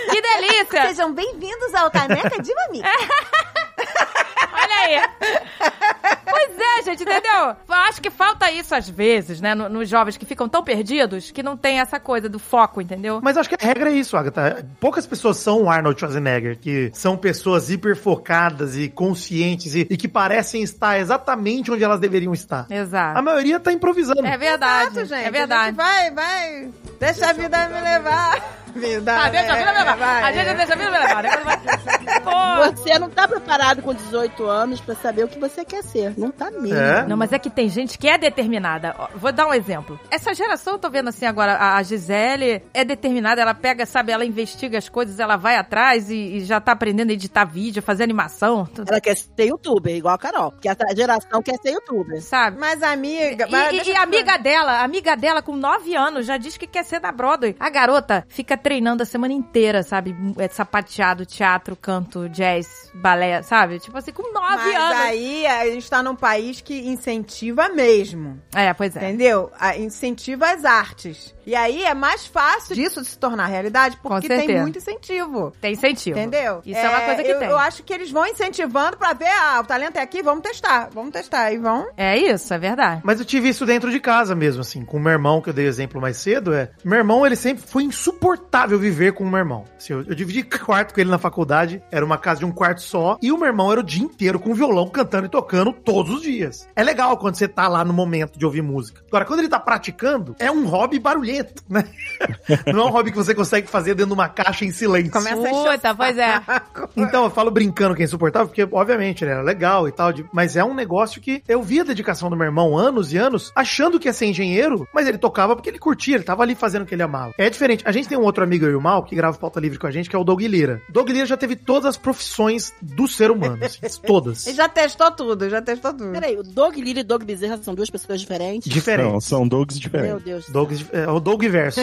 Que delícia! Sejam bem-vindos ao Caneca de Mami. Olha aí. Pois é, gente, entendeu? Eu acho que falta isso às vezes, né? no- Nos jovens que ficam tão perdidos que não tem essa coisa do foco, entendeu? Mas acho que a regra é isso, Agatha. Poucas pessoas são o Arnold Schwarzenegger, que são pessoas hiperfocadas e conscientes e, e que parecem estar exatamente onde elas deveriam estar. A Exato. maioria tá improvisando. É verdade. Exato, gente. É verdade. vai, vai. Deixa a vida me levar. Vida. Ah, deixa a vida me levar. A gente deixa a vida me levar. Depois vai- Pô. Você não tá preparado com 18 anos pra saber o que você quer ser. Não tá mesmo. É. Não, mas é que tem gente que é determinada. Ó, Vou dar um exemplo. Essa geração, eu tô vendo assim agora, a a Gisele é determinada, ela pega, sabe, ela investiga as coisas, ela vai atrás e, e já tá aprendendo a editar vídeo, fazer animação, tudo, Ela quer ser youtuber, igual a Carol. Porque essa geração quer ser youtuber. sabe? Mas, amiga. E- mas E, deixa e eu a te- amiga dela, a amiga dela com 9 anos já diz que quer ser da Broadway. A garota fica treinando a semana inteira, sabe? É sapateado, teatro, canto, jazz, balé, sabe? Tipo assim, com 9 Mas anos. aí a gente tá num país que incentiva mesmo. É, pois é. Entendeu? A- Incentiva as artes. E aí é mais fácil disso se tornar realidade porque tem certeza. muito incentivo. Tem incentivo. Entendeu? Isso é, uma coisa que eu, tem. Eu acho que eles vão incentivando pra ver, ah, o talento é aqui, vamos testar, vamos testar. E vão. É isso, é verdade. Mas eu tive isso dentro de casa mesmo, assim, com meu irmão, que eu dei exemplo mais cedo, é. Meu irmão, ele sempre foi insuportável insuportável viver com o meu irmão. Assim, eu, eu dividi quarto com ele na faculdade, era uma casa de um quarto só, e o meu irmão era o dia inteiro com violão, cantando e tocando todos os dias. É legal quando você tá lá no momento de ouvir música. Agora, quando ele tá praticando, é um hobby barulhento, né? Não é um hobby que você consegue fazer dentro de uma caixa em silêncio. Começa a encher o Puta, pois é. Então, eu falo brincando que é insuportável, porque, obviamente, ele era legal e tal, de- mas é um negócio que eu vi a dedicação do meu irmão anos e anos, achando que ia ser engenheiro, mas ele tocava porque ele curtia, ele tava ali fazendo o que ele amava. É diferente. A gente tem um outro amigo, eu e o Mal, que grava pauta livre com a gente, que é o Doug Lira. Doug Lira já teve todas as profissões do ser humano, assim, todas. Ele já testou tudo, já testou tudo. Peraí, o Doug Lira e o Doug Bezerra são duas pessoas diferentes? Diferente. Não, são dogs Meu diferentes. Deus. Doug, é, o Doug Verso.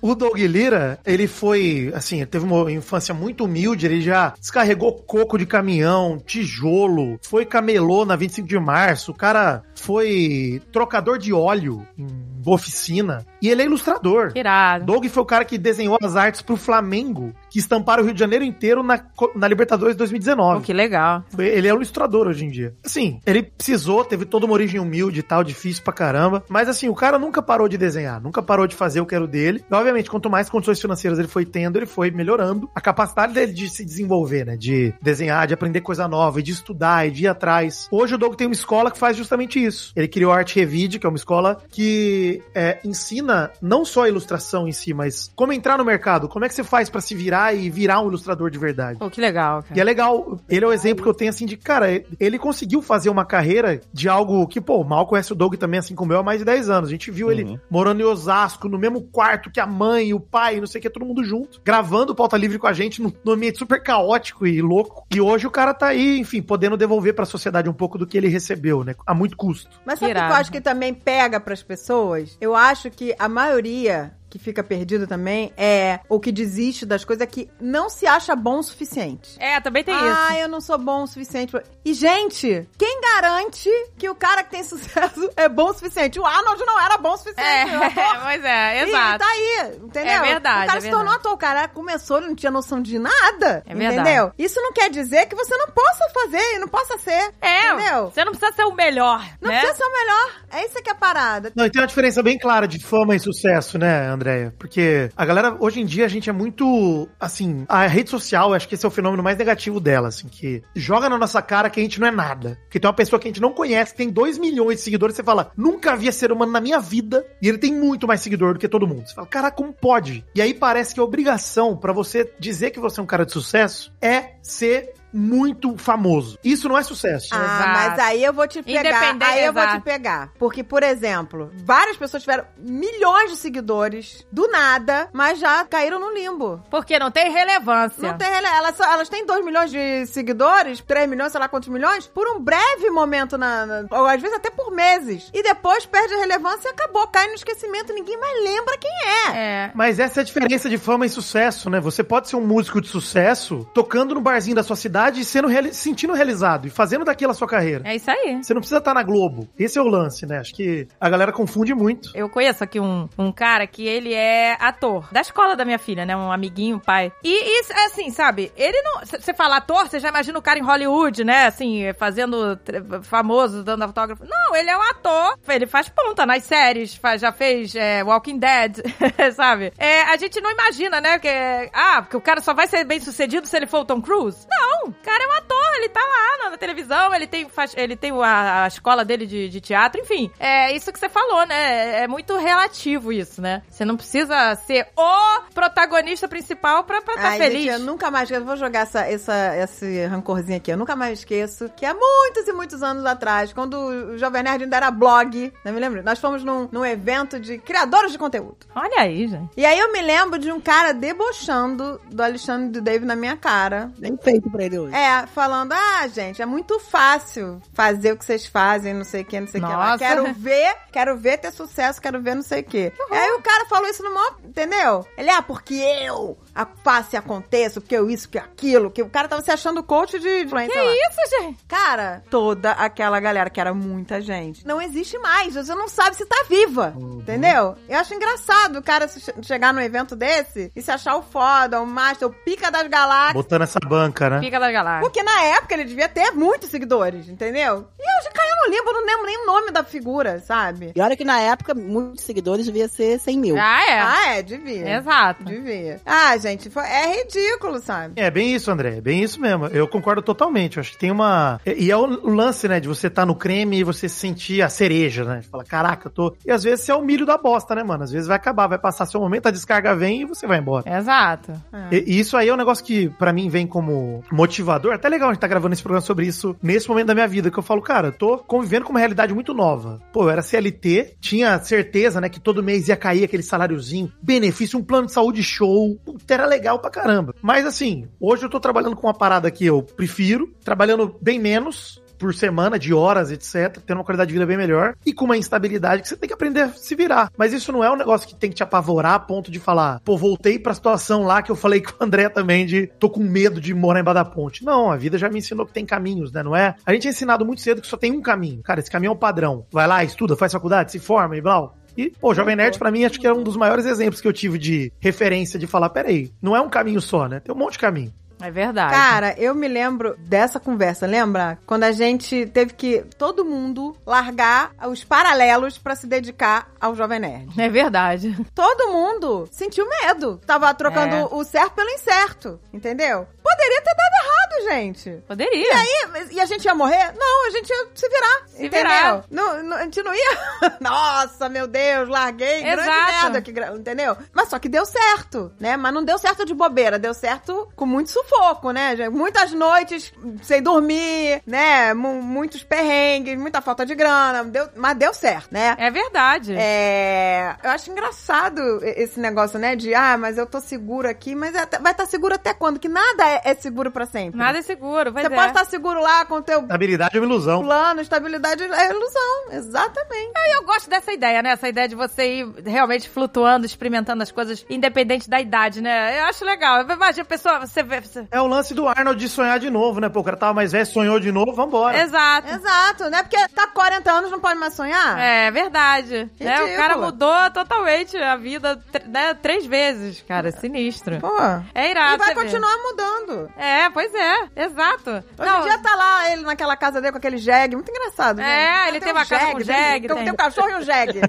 O Doug Lira, ele foi, assim, ele teve uma infância muito humilde, ele já descarregou coco de caminhão, tijolo, foi camelô na 25 de março, o cara foi trocador de óleo em oficina, e ele é ilustrador. Irado. Doug foi o cara que desenhou as artes pro Flamengo, que estamparam o Rio de Janeiro inteiro na, co- na Libertadores Pô, 2019. que legal. Foi- Ele é um ilustrador hoje em dia. Assim, ele precisou, teve toda uma origem humilde e tal, difícil pra caramba. Mas assim, o cara nunca parou de desenhar, nunca parou de fazer o que era o dele. E, obviamente, quanto mais condições financeiras ele foi tendo, ele foi melhorando a capacidade dele de se desenvolver, né? De desenhar, de aprender coisa nova, e de estudar e de ir atrás. Hoje o Doug tem uma escola que faz justamente isso. Ele criou a Arte Revide, que é uma escola que é, ensina não só a ilustração em si, mas como entrar no mercado, como é que você faz pra se virar e virar um ilustrador de verdade. Pô, que legal, E cara. é legal, ele é o exemplo que eu tenho assim de, cara, ele conseguiu fazer uma carreira de algo que, pô, mal conhece o Doug também, assim como eu, há mais de 10 anos. A gente viu ele morando em Osasco, no mesmo quarto que a mãe, o pai, não sei o que, todo mundo junto, gravando pauta livre com a gente num num ambiente super caótico e louco. E hoje o cara tá aí, enfim, podendo devolver pra sociedade um pouco do que ele recebeu, né? A muito custo. Mas sabe o que Irado. eu acho que também pega pras pessoas? Eu acho que a maioria que fica perdida também é ou que desiste das coisas é que não se acha bom o suficiente. É, também tem ah, isso. eu não sou bom o suficiente. pra- E, gente, quem garante que o cara que tem sucesso é bom o suficiente? O Arnold não era bom o suficiente. É, ele era torto. pois é, E exato. tá aí, entendeu? É verdade, O cara é se tornou verdade. ator, o cara começou, ele não tinha noção de nada. É entendeu? verdade. Isso não quer dizer que você não possa fazer e não possa ser. É, entendeu? você não precisa ser o melhor, Não né? precisa ser o melhor. É isso que é a parada. Não, e tem uma diferença bem clara de fama e sucesso, né, Andréia? Porque a galera, hoje em dia, a gente é muito, assim, a rede social, acho que esse é o fenômeno mais negativo dela, assim, que joga na nossa cara que a gente não é nada. Que tem uma pessoa que a gente não conhece, que tem 2 milhões de seguidores, você fala, nunca vi ser humano na minha vida, e ele tem muito mais seguidor do que todo mundo. Você fala, cara, como pode? E aí parece que a obrigação pra você dizer que você é um cara de sucesso é ser muito famoso. Isso não é sucesso. Ah, Exato. mas aí eu vou te pegar. Independente- Aí eu vou te exato. pegar. Porque, por exemplo, várias pessoas tiveram milhões de seguidores do nada, mas já caíram no limbo. Porque não tem relevância. Não tem rele- elas, só- elas têm 2 milhões de seguidores, 3 milhões, sei lá quantos milhões, por um breve momento, na, na- ou às vezes até por meses. E depois perde a relevância e acabou, cai no esquecimento, ninguém mais lembra quem é. É. Mas essa é a diferença de fama e sucesso, né? Você pode ser um músico de sucesso tocando no barzinho da sua cidade e sendo reali- se sentindo realizado e fazendo daquilo a sua carreira. É isso aí. Você não precisa estar na Globo. Esse é o lance, né? Acho que a galera confunde muito. Eu conheço aqui um, um cara que ele é ator da escola da minha filha, né? Um amiguinho, pai. E isso, assim, sabe? Ele não. c- Você fala ator, você já imagina o cara em Hollywood, né? Assim, fazendo. tr- famoso, dando autógrafo. Não, ele é um ator. Ele faz ponta nas séries, faz- já fez é, Walking Dead, sabe? É, a gente não imagina, né? Que, é, ah, porque o cara só vai ser bem sucedido se ele for o Tom Cruise? Não! O cara é um ator, ele tá lá na, na televisão, ele tem, faz- ele tem a, a escola dele de, de teatro, enfim. É isso que você falou, né? É, é muito relativo isso, né? Você não precisa ser o protagonista principal pra estar Ai, Tá feliz. gente, eu nunca mais esqueço. Vou jogar essa, essa, esse rancorzinho aqui. Eu nunca mais esqueço que há muitos e muitos anos atrás, quando o Jovem Nerd ainda era blog, não me lembro, nós fomos num, num evento de criadores de conteúdo. Olha aí, gente. E aí eu me lembro de um cara debochando do Alexandre e do Dave na minha cara. Nem feito pra ele hoje. É, falando, ah, gente, é muito fácil fazer o que vocês fazem, não sei o que, não sei o que. lá. Nossa. Quero ver, quero ver ter sucesso, quero ver não sei o que. Uhum. Aí o cara falou isso no maior, entendeu? Ele, ah, porque eu a- faço e aconteço, porque eu isso, que aquilo, que o cara tava se achando coach de influencer lá. Isso, gente. Cara, toda aquela galera, que era muita gente, não existe mais. Você não sabe se tá viva, entendeu? Eu acho engraçado o cara se che- chegar num evento desse e se achar o foda, o master, o pica das galáxias. Botando essa banca, né? Fica da galáxia. Porque na época ele devia ter muitos seguidores, entendeu? E hoje caiu não lembro, eu não lembro nem o nome da figura, sabe? E olha que na época, muitos seguidores devia ser 100 mil. Ah, é. Ah, é, devia. Exato. Devia. Ah, gente, foi- é ridículo, sabe? É bem isso, André. É bem isso mesmo. Eu concordo totalmente. Eu acho que tem uma. E e é o lance, né? De você estar no creme e você sentir a cereja, né? Você fala, caraca, eu tô. E às vezes você é o milho da bosta, né, mano? Às vezes vai acabar, vai passar seu momento, a descarga vem e você vai embora. Exato. E e isso aí é um negócio que, pra mim, vem como motivador. Até legal a gente tá gravando esse programa sobre isso nesse momento da minha vida, que eu falo, cara, eu tô convivendo com uma realidade muito nova. Pô, eu era CLT, tinha certeza, né, que todo mês ia cair aquele saláriozinho, benefício, um plano de saúde show. Puta, era legal pra caramba. Mas assim, hoje eu tô trabalhando com uma parada que eu prefiro, trabalhando bem menos, por semana, de horas, etc., tendo uma qualidade de vida bem melhor e com uma instabilidade que você tem que aprender a se virar. Mas isso não é um negócio que tem que te apavorar a ponto de falar, pô, voltei pra situação lá que eu falei com o André também de tô com medo de morar embaixo da ponte. Não, a vida já me ensinou que tem caminhos, né? Não é? A gente é ensinado muito cedo que só tem um caminho. Cara, esse caminho é o padrão. Vai lá, estuda, faz faculdade, se forma e blá. E, pô, Jovem Nerd, pra mim, acho que é um dos maiores exemplos que eu tive de referência de falar, peraí, não é um caminho só, né? Tem um monte de caminho. É verdade. Cara, eu me lembro dessa conversa, lembra? Quando a gente teve que todo mundo largar os paralelos pra se dedicar ao Jovem Nerd. É verdade. Todo mundo sentiu medo. Tava trocando É. o certo pelo incerto, entendeu? Poderia ter dado errado, gente. Poderia. E aí, mas- e a gente ia morrer? Não, a gente ia se virar. Se virar. Não, não, a gente não ia. Nossa, meu Deus, larguei. Grande Exato. merda, que, gra- entendeu? Mas só que deu certo, né? Mas não deu certo de bobeira, deu certo com muito sufoco, né? gente? Muitas noites sem dormir, né? Mu- muitos perrengues, muita falta de grana. Deu, mas deu certo, né? É verdade. É, eu acho engraçado e- esse negócio, né? De, ah, mas eu tô seguro aqui, mas é até- vai estar seguro até quando? Que nada é, é seguro pra sempre. Nada é seguro, pois Você é. pode estar seguro lá com o teu Habilidade é uma ilusão. plano, estabilidade é ilusão. Exatamente. Eu gosto dessa ideia, né? Essa ideia de você ir realmente flutuando, experimentando as coisas, independente da idade, né? Eu acho legal. Imagina a pessoa, você vê. você- É o lance do Arnold de sonhar de novo, né? Pô, o cara tava mais velho, sonhou de novo, vambora. Exato. Exato, né? Porque tá com 40 anos, não pode mais sonhar. É verdade. Né? O Ridículo. cara mudou totalmente a vida tr- né? três vezes, cara. Sinistro. Pô. É irado. E vai você vê. continuar mudando. É, pois é. Exato. Hoje em dia tá lá ele naquela casa dele com aquele jegue. Muito engraçado, É, gente. ele Tem um tem uma casa com jegue, Tem, tem- tem um cachorro e um jegue.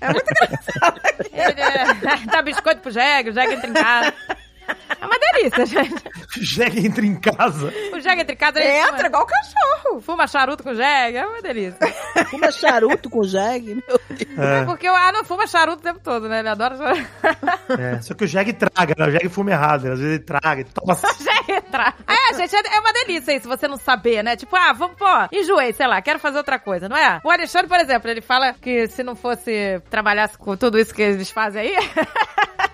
É muito engraçado. Ele, é, dá biscoito pro jegue, o jegue entra em casa. É uma delícia, gente. Jegue entra em casa. O jegue entra em casa, ele Entra igual o cachorro. fuma, fuma charuto com jegue, é uma delícia. Fuma charuto com jegue. meu. É porque o Arno fuma charuto o tempo todo, né? Ele adora charuto. É, só que o Jegue traga, né? O Jegue fuma errado, né? às vezes ele traga, ele toma Já entrar. É, gente, é é uma delícia isso, você não saber, né? Tipo, ah, vamos, pô, enjoei, sei lá, quero fazer outra coisa, não é? O Alexandre, por exemplo, ele fala que se não fosse trabalhasse com tudo isso que eles fazem aí,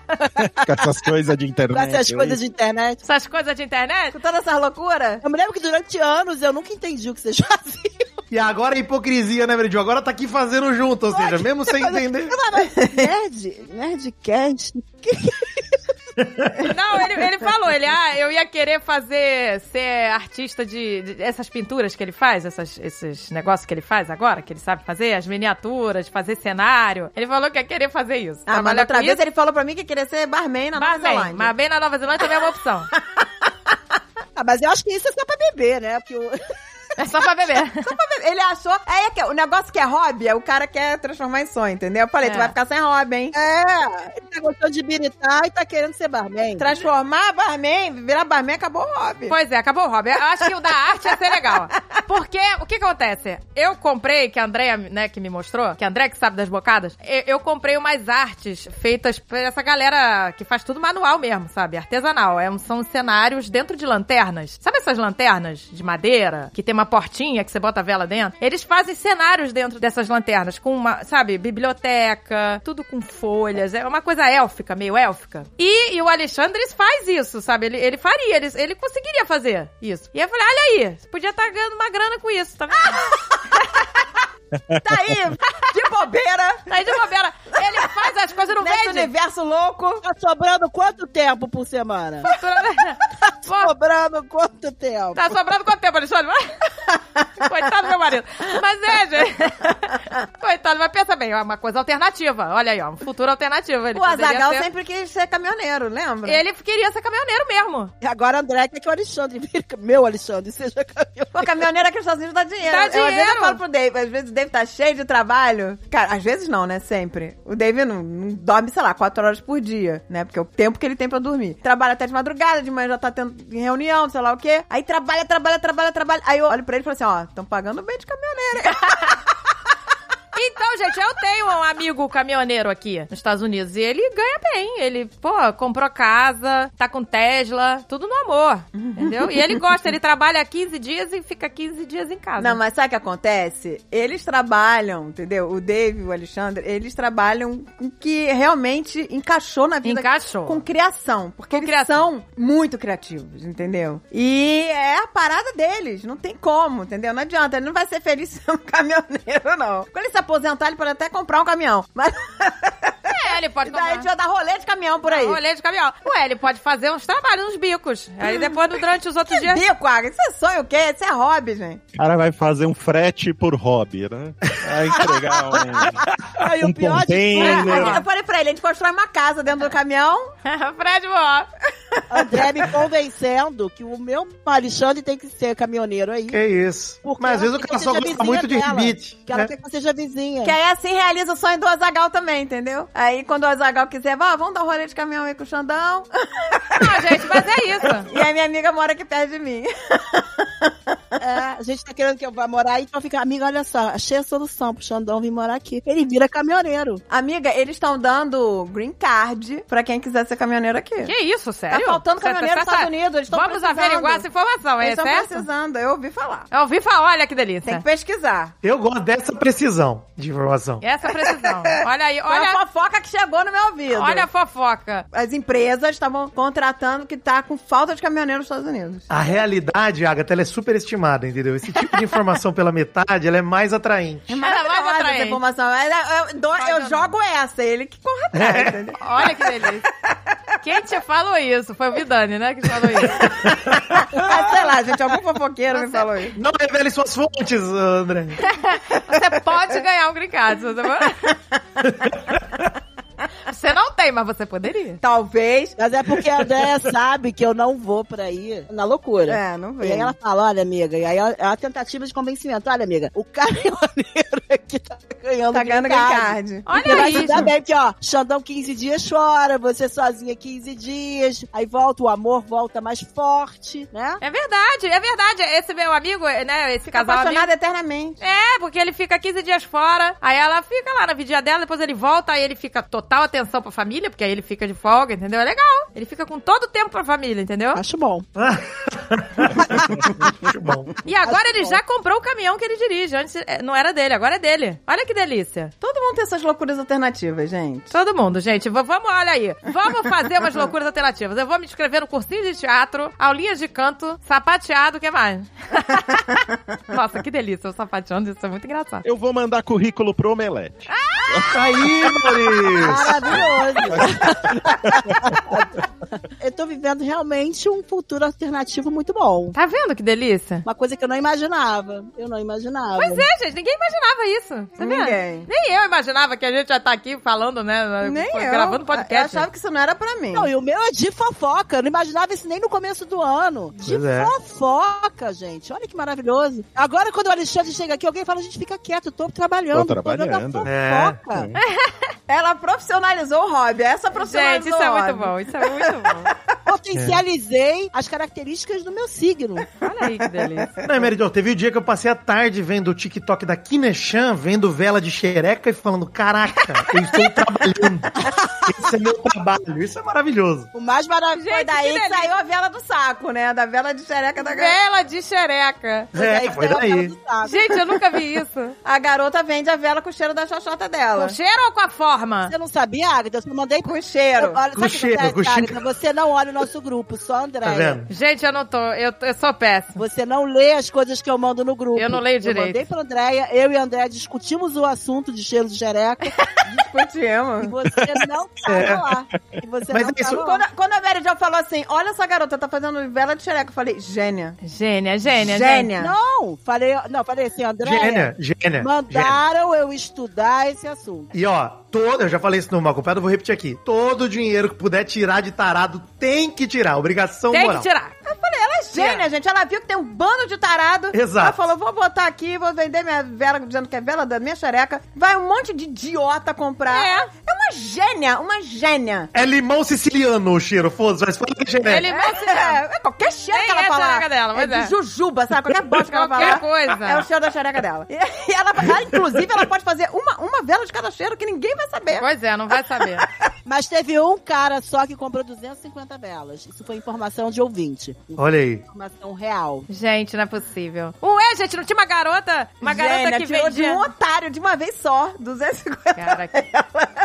Com essas coisas de Com internet. essas coisas de internet. essas coisas de internet, Com todas essas loucuras. Eu me lembro que durante anos eu nunca entendi o que vocês faziam. E agora é hipocrisia, né, Verdil? Agora tá aqui fazendo junto, ou seja, mesmo sem entender. Eu falava, nerd? Nerdcast? Não, ele, ele falou, ele, ah, eu ia querer fazer, ser artista de, de- essas pinturas que ele faz, essas- esses negócios que ele faz agora, que ele sabe fazer, as miniaturas, fazer cenário. Ele falou que ia querer fazer isso. Ah, mas Trabalhar outra com vez isso, ele falou pra mim que queria ser barman na Nova mas bem, Zelândia. mas bem na Nova Zelândia também é uma opção. Ah, mas eu acho que isso é só pra beber, né? Porque o... É só pra beber. Só pra ver, Ele achou... É, é que o negócio que é hobby, é o cara quer transformar em sonho, entendeu? Eu falei, É. tu vai ficar sem hobby, hein? É, ele tá gostando de biritar e tá querendo ser barman. Transformar barman, virar barman, acabou o hobby. Pois é, acabou o hobby. Eu acho que o da arte ia ser legal. Porque, o que que acontece? Eu comprei, que a Andrea, né, que me mostrou, que a Andrea que sabe das bocadas, eu, eu comprei umas artes feitas por essa galera que faz tudo manual mesmo, sabe? Artesanal. É um- são cenários dentro de lanternas. Sabe essas lanternas de madeira, que tem uma portinha que você bota a vela dentro? Eles fazem cenários dentro dessas lanternas, com uma, sabe, biblioteca, tudo com folhas. É uma coisa élfica, meio élfica. E, e o Alexandre faz isso, sabe? Ele, ele faria, ele, ele conseguiria fazer isso. E aí eu falei, olha aí, você podia estar ganhando uma grana com isso, tá vendo? Tá aí, de bobeira, Aí de bobeira, ele faz as coisas, não nesse vende. universo louco. Tá sobrando quanto tempo por semana? Pô, Sobrando quanto tempo? Tá sobrando quanto tempo, Alexandre? Coitado do meu marido. Mas é, gente. Coitado, mas pensa bem, ó, uma coisa alternativa. Olha aí, ó, um futuro alternativo. Ele O poderia Azagal ser- sempre quis ser caminhoneiro, lembra? Ele queria ser caminhoneiro mesmo. E agora André quer que o Alexandre vire. Meu Alexandre, seja caminhoneiro. Pô, caminhoneiro aqui nos Estados Unidos dá Dá dinheiro. Eu, às vezes eu dinheiro. falo pro Dave, às vezes o Dave tá cheio de trabalho. Cara, às vezes não, né? Sempre. O Dave não, não dorme, sei lá, quatro horas por dia, né? Porque é o tempo que ele tem pra dormir. Trabalha até de madrugada, de manhã já tá tendo em reunião, sei lá o quê. Aí trabalha, trabalha, trabalha, trabalha. Aí eu olho pra ele e falo assim, ó, tão pagando bem de caminhoneiro. Então, gente, eu tenho um amigo caminhoneiro aqui nos Estados Unidos e ele ganha bem. Ele, pô, comprou casa, tá com Tesla, tudo no amor, entendeu? E ele gosta, ele trabalha 15 dias e fica 15 dias em casa. Não, mas sabe o que acontece? Eles trabalham, entendeu? O Dave e o Alexandre, eles trabalham com o que realmente encaixou na vida. Encaixou. Com criação. Porque Com eles criação. são muito criativos, entendeu? E é a parada deles. Não tem como, entendeu? Não adianta. Ele não vai ser feliz sendo um caminhoneiro, não. Quando ele se aposentar, ele pode até comprar um caminhão. Mas É, ele pode daí a comprar. gente vai dar rolê de caminhão por aí. Rolê de caminhão. Ué, ele pode fazer uns trabalhos, uns bicos. Hum. Aí depois, durante os outros dias. Bico, Aga, isso é sonho o quê? Isso é hobby, gente. O cara vai fazer um frete por hobby, né? Vai entregar um, Tá, Aí um o pior de É, container. a gente- eu falei pra ele, a gente constrói uma casa É. dentro do caminhão. Fred, ó. André me convencendo que o meu Alexandre tem que ser caminhoneiro aí. Que é isso. Porque Mas às ela vezes o quer cara que só seja gosta vizinha muito de dela, Smith. né? Que ela quer que seja vizinha. É. Que aí assim realiza o sonho do Azagal também, entendeu? Aí quando o Azagal quiser, "Vó, vamos dar um rolê de caminhão aí com o Xandão. Ah, gente, mas é isso. e a minha amiga mora aqui perto de mim. É, a gente tá querendo que eu vá morar aí, então fica, amiga, olha só, achei a solução pro Xandão vir morar aqui. Ele vira caminhoneiro. Amiga, eles estão dando green card pra quem quiser ser caminhoneiro aqui. Que isso, sério? Tá faltando Cê- caminhoneiro cê- nos Estados Unidos, eles tão Vamos precisando. averiguar essa informação, é Eles isso? estão precisando, eu ouvi falar. Eu ouvi falar, olha que Tem delícia. que pesquisar. Eu gosto dessa precisão de informação. É. Essa precisão. Olha aí, Olha olha, É a fofoca que chegou no meu ouvido. olha a fofoca. As empresas estavam contratando que tá com falta de caminhoneiro nos Estados Unidos. A realidade, Agatha, ela é superestimada, entendeu? Esse tipo de informação pela metade, ela é mais atraente. Ela vai Maravilhosa essa atrair. informação. É, Ela- Eu, dou- eu não. jogo essa, ele que corre É, atrás, entendeu? Olha que delícia. Quem te falou isso? Foi o Vidani, né? Que te falou isso. Ah, sei lá, gente, algum fofoqueiro me falou isso. Não revele suas fontes, André. Você pode ganhar um green card. Você, você não tem, mas você poderia. Talvez. Mas é porque a Andréia sabe que eu não vou pra aí na loucura. É, não vem. E aí ela fala, olha, amiga, e aí ela- é uma tentativa de convencimento. Olha, amiga, o caminhoneiro aqui tá ganhando Tá green ganhando green card. Porque Olha vai aí. se dar bem, porque, ó, Xandão 15 dias chora, você sozinha 15 dias, aí volta o amor, volta mais forte, né? É verdade, é verdade. Esse meu amigo, né? Esse casal amigo, Apaixonada eternamente. É, porque ele fica 15 dias fora, aí ela fica lá na vidinha dela, depois ele volta, aí ele fica total atenção pra família, porque aí ele fica de folga, entendeu? É legal. Ele fica com todo o tempo pra família, entendeu? Acho bom. Muito bom. E agora acho ele bom. já comprou o caminhão que ele dirige. Antes eh, não era dele, agora é dele. Olha que delícia. Todo mundo tem essas loucuras alternativas, gente. Todo mundo, gente. V- vamos, olha aí. Vamos fazer umas loucuras alternativas. Eu vou me inscrever no cursinho de teatro, aulinhas de canto, sapateado, o que mais? Nossa, que delícia. Eu sapateando, isso é muito engraçado. Eu vou mandar currículo pro Omelete. Ah. Aí, Maurício. Maravilhoso. eu tô vivendo realmente um futuro alternativo muito bom. Tá vendo que delícia? Uma coisa que eu não imaginava. Eu não imaginava. Pois é, gente, ninguém imaginava isso. Tá vendo? Ninguém. Nem eu imaginava que a gente ia estar aqui falando, né? Nem eu. Gravando Eu podcast. né? achava que isso não era pra mim. Não, e o meu é de fofoca. Eu não imaginava isso nem no começo do ano. De Pois é. fofoca, gente. Olha que maravilhoso. Agora, quando o Alexandre chega aqui, alguém fala: a gente fica quieto, eu tô trabalhando. Tô Tô olhando trabalhando. a fofoca. Ela profissionalizou o hobby. Essa Gente, profissionalizou isso é o muito hobby. bom. Isso é muito bom. Potencializei as características do meu signo. Olha aí que delícia. Não, Meridão, teve o dia que eu passei a tarde vendo o TikTok da Kineshan, vendo vela de xereca e falando: Caraca, eu estou trabalhando. Esse é meu trabalho. Isso é maravilhoso. O mais maravilhoso. Foi Gente, que daí que, delícia. saiu a vela do saco, né? Da vela de xereca da garota. Vela de xereca. É, foi saiu a vela daí. do saco. Gente, eu nunca vi isso. A garota vende a vela com o cheiro da xoxota dela. Com cheiro ou com a forma? Você não sabia, Agatha? Eu mandei Com cheiro. Olha, sabe o que Cocheiro, acontece, cocheiro. Agatha? Você não olha o nosso grupo, só André. Tá vendo? Gente, eu não tô, eu, eu sou péssima. Você não lê as coisas que eu mando no grupo. Eu não leio Eu direito. mandei pra Andréia, eu e a Andréia discutimos o assunto de cheiro de xereca e Discutimos. você não tá no ar. E você É. Mas não isso- tá no ar. Quando, quando a Mary Jo falou assim, olha essa garota, tá fazendo vela de xereca, eu falei, gênia. Gênia, gênia, gênia. Gênia. Não, falei, não, falei assim, Andréia, Gênia, gênia. gênia. mandaram eu estudar esse assunto. E ó, todo, eu já falei isso no mal comprado, eu vou repetir aqui. Todo o dinheiro que puder tirar de tarado tem que tirar. Obrigação Tem moral. que tirar. Ela é gênia, gente. Ela viu que tem um bando de tarado. Exato. Ela falou, vou botar aqui, vou vender minha vela, dizendo que é vela da minha xereca. Vai um monte de idiota comprar. É. É uma gênia, uma gênia. É limão siciliano o cheiro, foda-se, mas fala que é É genérico. limão siciliano. É, é qualquer cheiro Nem que ela é a falar. xereca dela, é mas é. de jujuba, sabe? Qualquer bosta que ela Qualquer falar. coisa. É o cheiro da xereca dela. E, e ela, ela, inclusive, ela pode fazer uma, uma vela de cada cheiro que ninguém vai saber. Pois é, não vai saber. Mas teve um cara só que comprou 250 velas. Isso foi informação de ouvinte. Olha aí. Informação real. Gente, não é possível. Ué, gente, não tinha uma garota? Uma garota Gênia, que tirou de vendia... um otário de uma vez só, 250 Cara,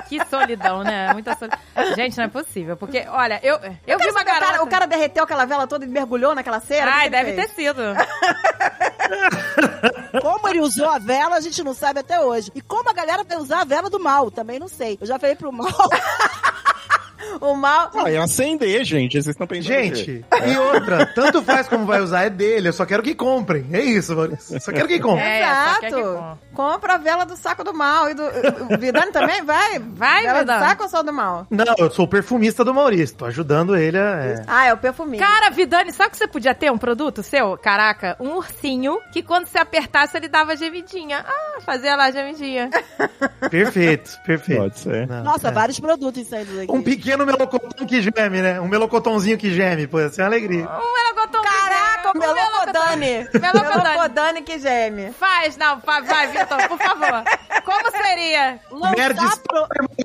que solidão, né? Muita solidão. Gente, não é possível. Porque, olha, eu, eu vi Quero uma saber, o cara- garota... o cara derreteu aquela vela toda e mergulhou naquela cera. Ai, O que que deve ele ter sido. Como ele usou a vela, a gente não sabe até hoje. E como a galera vai usar a vela do mal, também não sei. Eu já falei pro mal. fez. O mal. Ah, é acender, gente. Vocês estão pensando. o quê? Gente, e outra, tanto faz como vai usar, é dele. Eu só quero que comprem. É isso, Maurício. Só quero que comprem. É, só quer que Exato. compre. Compra a vela do saco do mal. E do. o Vidani também? Vai. Vai, vela Vidani. do saco ou só do mal? Não, eu sou o perfumista do Maurício. Tô ajudando ele a. é. Ah, é o perfuminho. Cara, Vidani, sabe que você podia ter um produto seu? Caraca, um ursinho que quando você apertasse ele dava gemidinha. Ah, fazia lá a gemidinha. Perfeito, perfeito. Pode ser. Não, Nossa, é. vários produtos saindo daqui. Um pequeno melocotão que geme, né? Um melocotãozinho que geme, pô, isso é uma alegria. Um melocotão. Caraca, o Um melocotão. Melocodane. Melocodane. Melocodane que geme. Faz, não, fa- vai, Vitor, por favor. Como seria? Nerd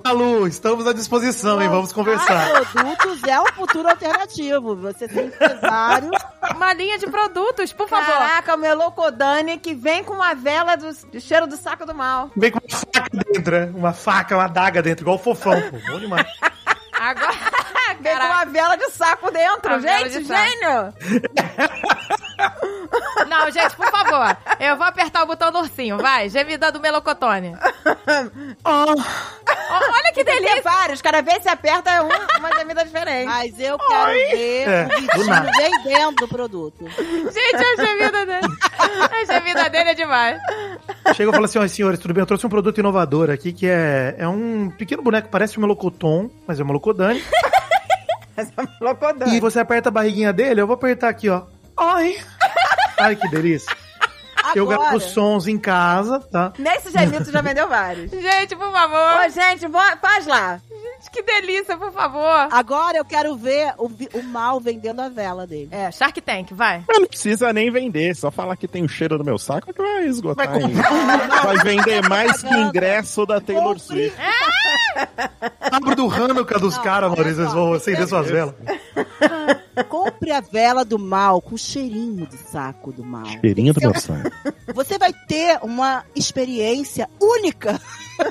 Malu, estamos à disposição, hein? Vamos conversar. Vários produtos é um futuro alternativo. Você tem empresário. Uma linha de produtos, por favor. Caraca, o Melocodane que vem com uma vela do, do cheiro do saco do mal. Vem com uma faca dentro, né? Uma faca, uma adaga dentro, igual o fofão, pô. Bom demais. Agora. Vem com Caraca. uma vela de saco dentro. A vela gente, de saco. gênio. Não, gente, por favor. Eu vou apertar o botão do ursinho, vai. Gemida do melocotone. Ó, Olha que Tem delícia. vários. Cada vez se aperta é um, uma gemida diferente. Mas eu quero ver É, o do Vitinho nada. vendendo o produto. Gente, a gemida dele. A gemida dele é demais. Chega e fala assim, ó, senhores, tudo bem? Eu trouxe um produto inovador aqui que é, é um pequeno boneco, parece um melocotom, mas é um melocodane. Melocodane. E você aperta a barriguinha dele, eu vou apertar aqui, ó. Ai! Ai, que delícia. Eu gravo sons em casa, tá? Nesse gemido tu já vendeu vários. Gente, por favor. Ô, gente, vo- faz lá. Gente, que delícia, por favor. Agora eu quero ver o, vi- o mal vendendo a vela dele. É, Shark Tank, vai. Ah, Mas Não precisa nem vender, só falar que tem o cheiro do meu saco que vai esgotar. Vai Vai, vai vender mais que ingresso da Taylor Swift. Abro do Hanukkah dos Não, caras, olha Maurício, eles só. vão acender suas velas. Compre a vela do mal com cheirinho do saco do mal. Cheirinho do meu saco. Você vai ter uma experiência única.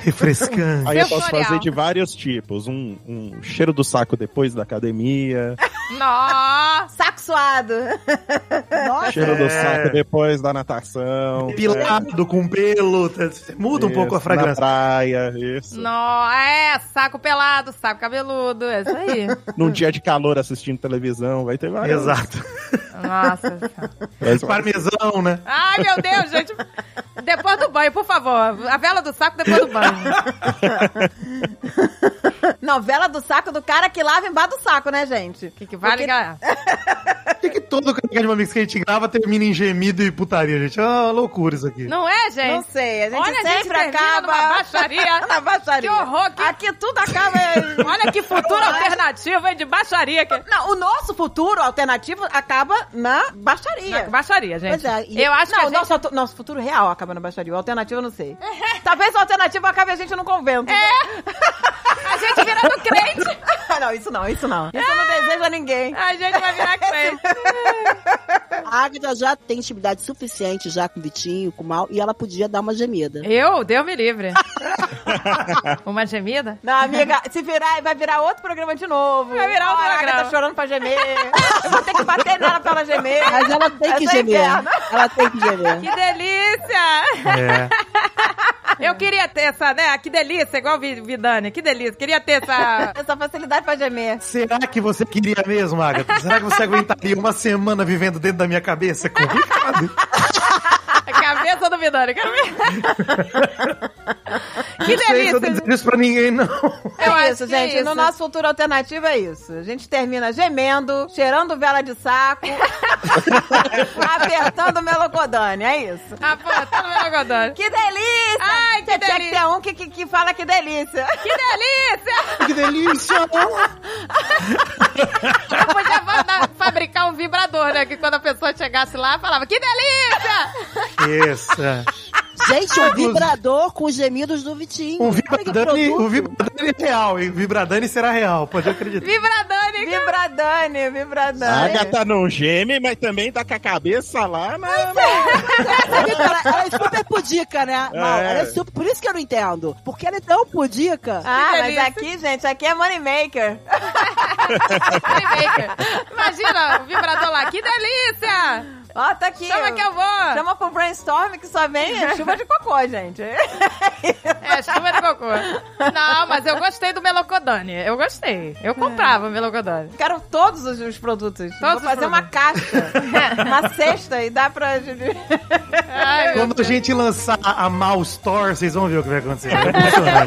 Refrescante. Aí eu posso Sensorial. fazer de vários tipos. Um, um cheiro do saco depois da academia, Nossa. Saco suado. Nossa, cheiro do É. saco depois da natação. Pilado, com pelo, tá? muda um Isso, pouco a Na fragrância. praia, isso. No, é, saco pelado, saco cabeludo, é isso aí. Num dia de calor assistindo televisão, vai ter vários. Exato. Nossa. Vai ser- Parmesão, né? Ai, meu Deus, gente. Depois do banho, por favor. A vela do saco depois do banho. Não, vela do saco do cara que lava embaixo do saco, né, gente? Que que vale, Porque- galera? Por que, que todo canal de Mamix que a gente grava termina em gemido e putaria, gente? É uma loucura isso aqui. Não é, gente? Não sei, a gente Olha, a gente sempre termina acaba... numa baixaria. Na baixaria. Que horror, que- Aqui tudo acaba... em- Olha que futuro Olha. alternativo, hein? De baixaria. Que... Não, o nosso futuro alternativo acaba na Não, baixaria. baixaria, gente. Pois é, e- Eu acho não, que a gente... nosso, atu- nosso futuro real acaba na baixaria. O alternativo eu não sei. É. Talvez o alternativo acabe a gente no convento. A gente virando crente. não, isso não, isso não. Isso eu não desejo a ninguém. A gente vai virar crente. A Agatha já tem intimidade suficiente já com o Vitinho, com o Mal, e ela podia dar uma gemida. Eu? Deus me livre. Uma gemida? Não, amiga, se virar, vai virar outro programa de novo. Vai virar outro Olha, A Agatha programa. tá chorando pra gemer. Eu vou ter que bater nela pra ela gemer. Mas ela tem que Essa é gemer. inferno. Ela tem que gemer. Que delícia! É. Eu queria ter essa, né? Que delícia, igual Vi- Vidani. Que delícia. Queria ter essa... Essa facilidade pra gemer. Será que você queria mesmo, Agatha? Será que você aguentaria uma semana vivendo dentro da minha cabeça? É complicado. A cabeça do Vidani. Quero ver. Que Não sei se eu tô delícia. né? dizendo isso pra ninguém, não. Eu é acho isso, que gente. é isso. No nosso futuro alternativo é isso. A gente termina gemendo, cheirando vela de saco, apertando melocodone. É isso. Ah, pô, tá no meu algodão. Que delícia! Ai, que Tinha Tinha que delícia. ter um que, que, que fala que delícia. Que delícia! Que delícia! Eu podia mandar fabricar um vibrador, né? Que quando a pessoa chegasse lá, falava, que delícia! Essa. Gente, um vibrador com os gemidos do Vitinho. é O Olha que Vibradani, produto. o Vibradani é real, e o Vibradani será real, pode acreditar. Vibradani. que- Vibradane, vibradane. A É. Agatha não geme, mas também tá com a cabeça lá na... na- Sabe que ela, ela é super pudica, né? Mal, É. ela é super, por isso que eu não entendo. Porque ela é tão pudica. Que Ah, mas delícia. aqui, gente, aqui é moneymaker. Playmaker. Imagina, o vibrador lá, que delícia! Ó, tá aqui. Chama que eu vou! Chama pro brainstorm que só vem chuva de cocô, gente. É, chuva de cocô. Não, mas eu gostei do Melocodone. Eu gostei. Eu comprava o Melocodone. Quero todos os, os produtos. Vou os fazer uma caixa, uma cesta e dá pra... Ai, meu Quando a Deus. gente lançar a Mal Store, vocês vão ver o que vai acontecer. Vai funcionar.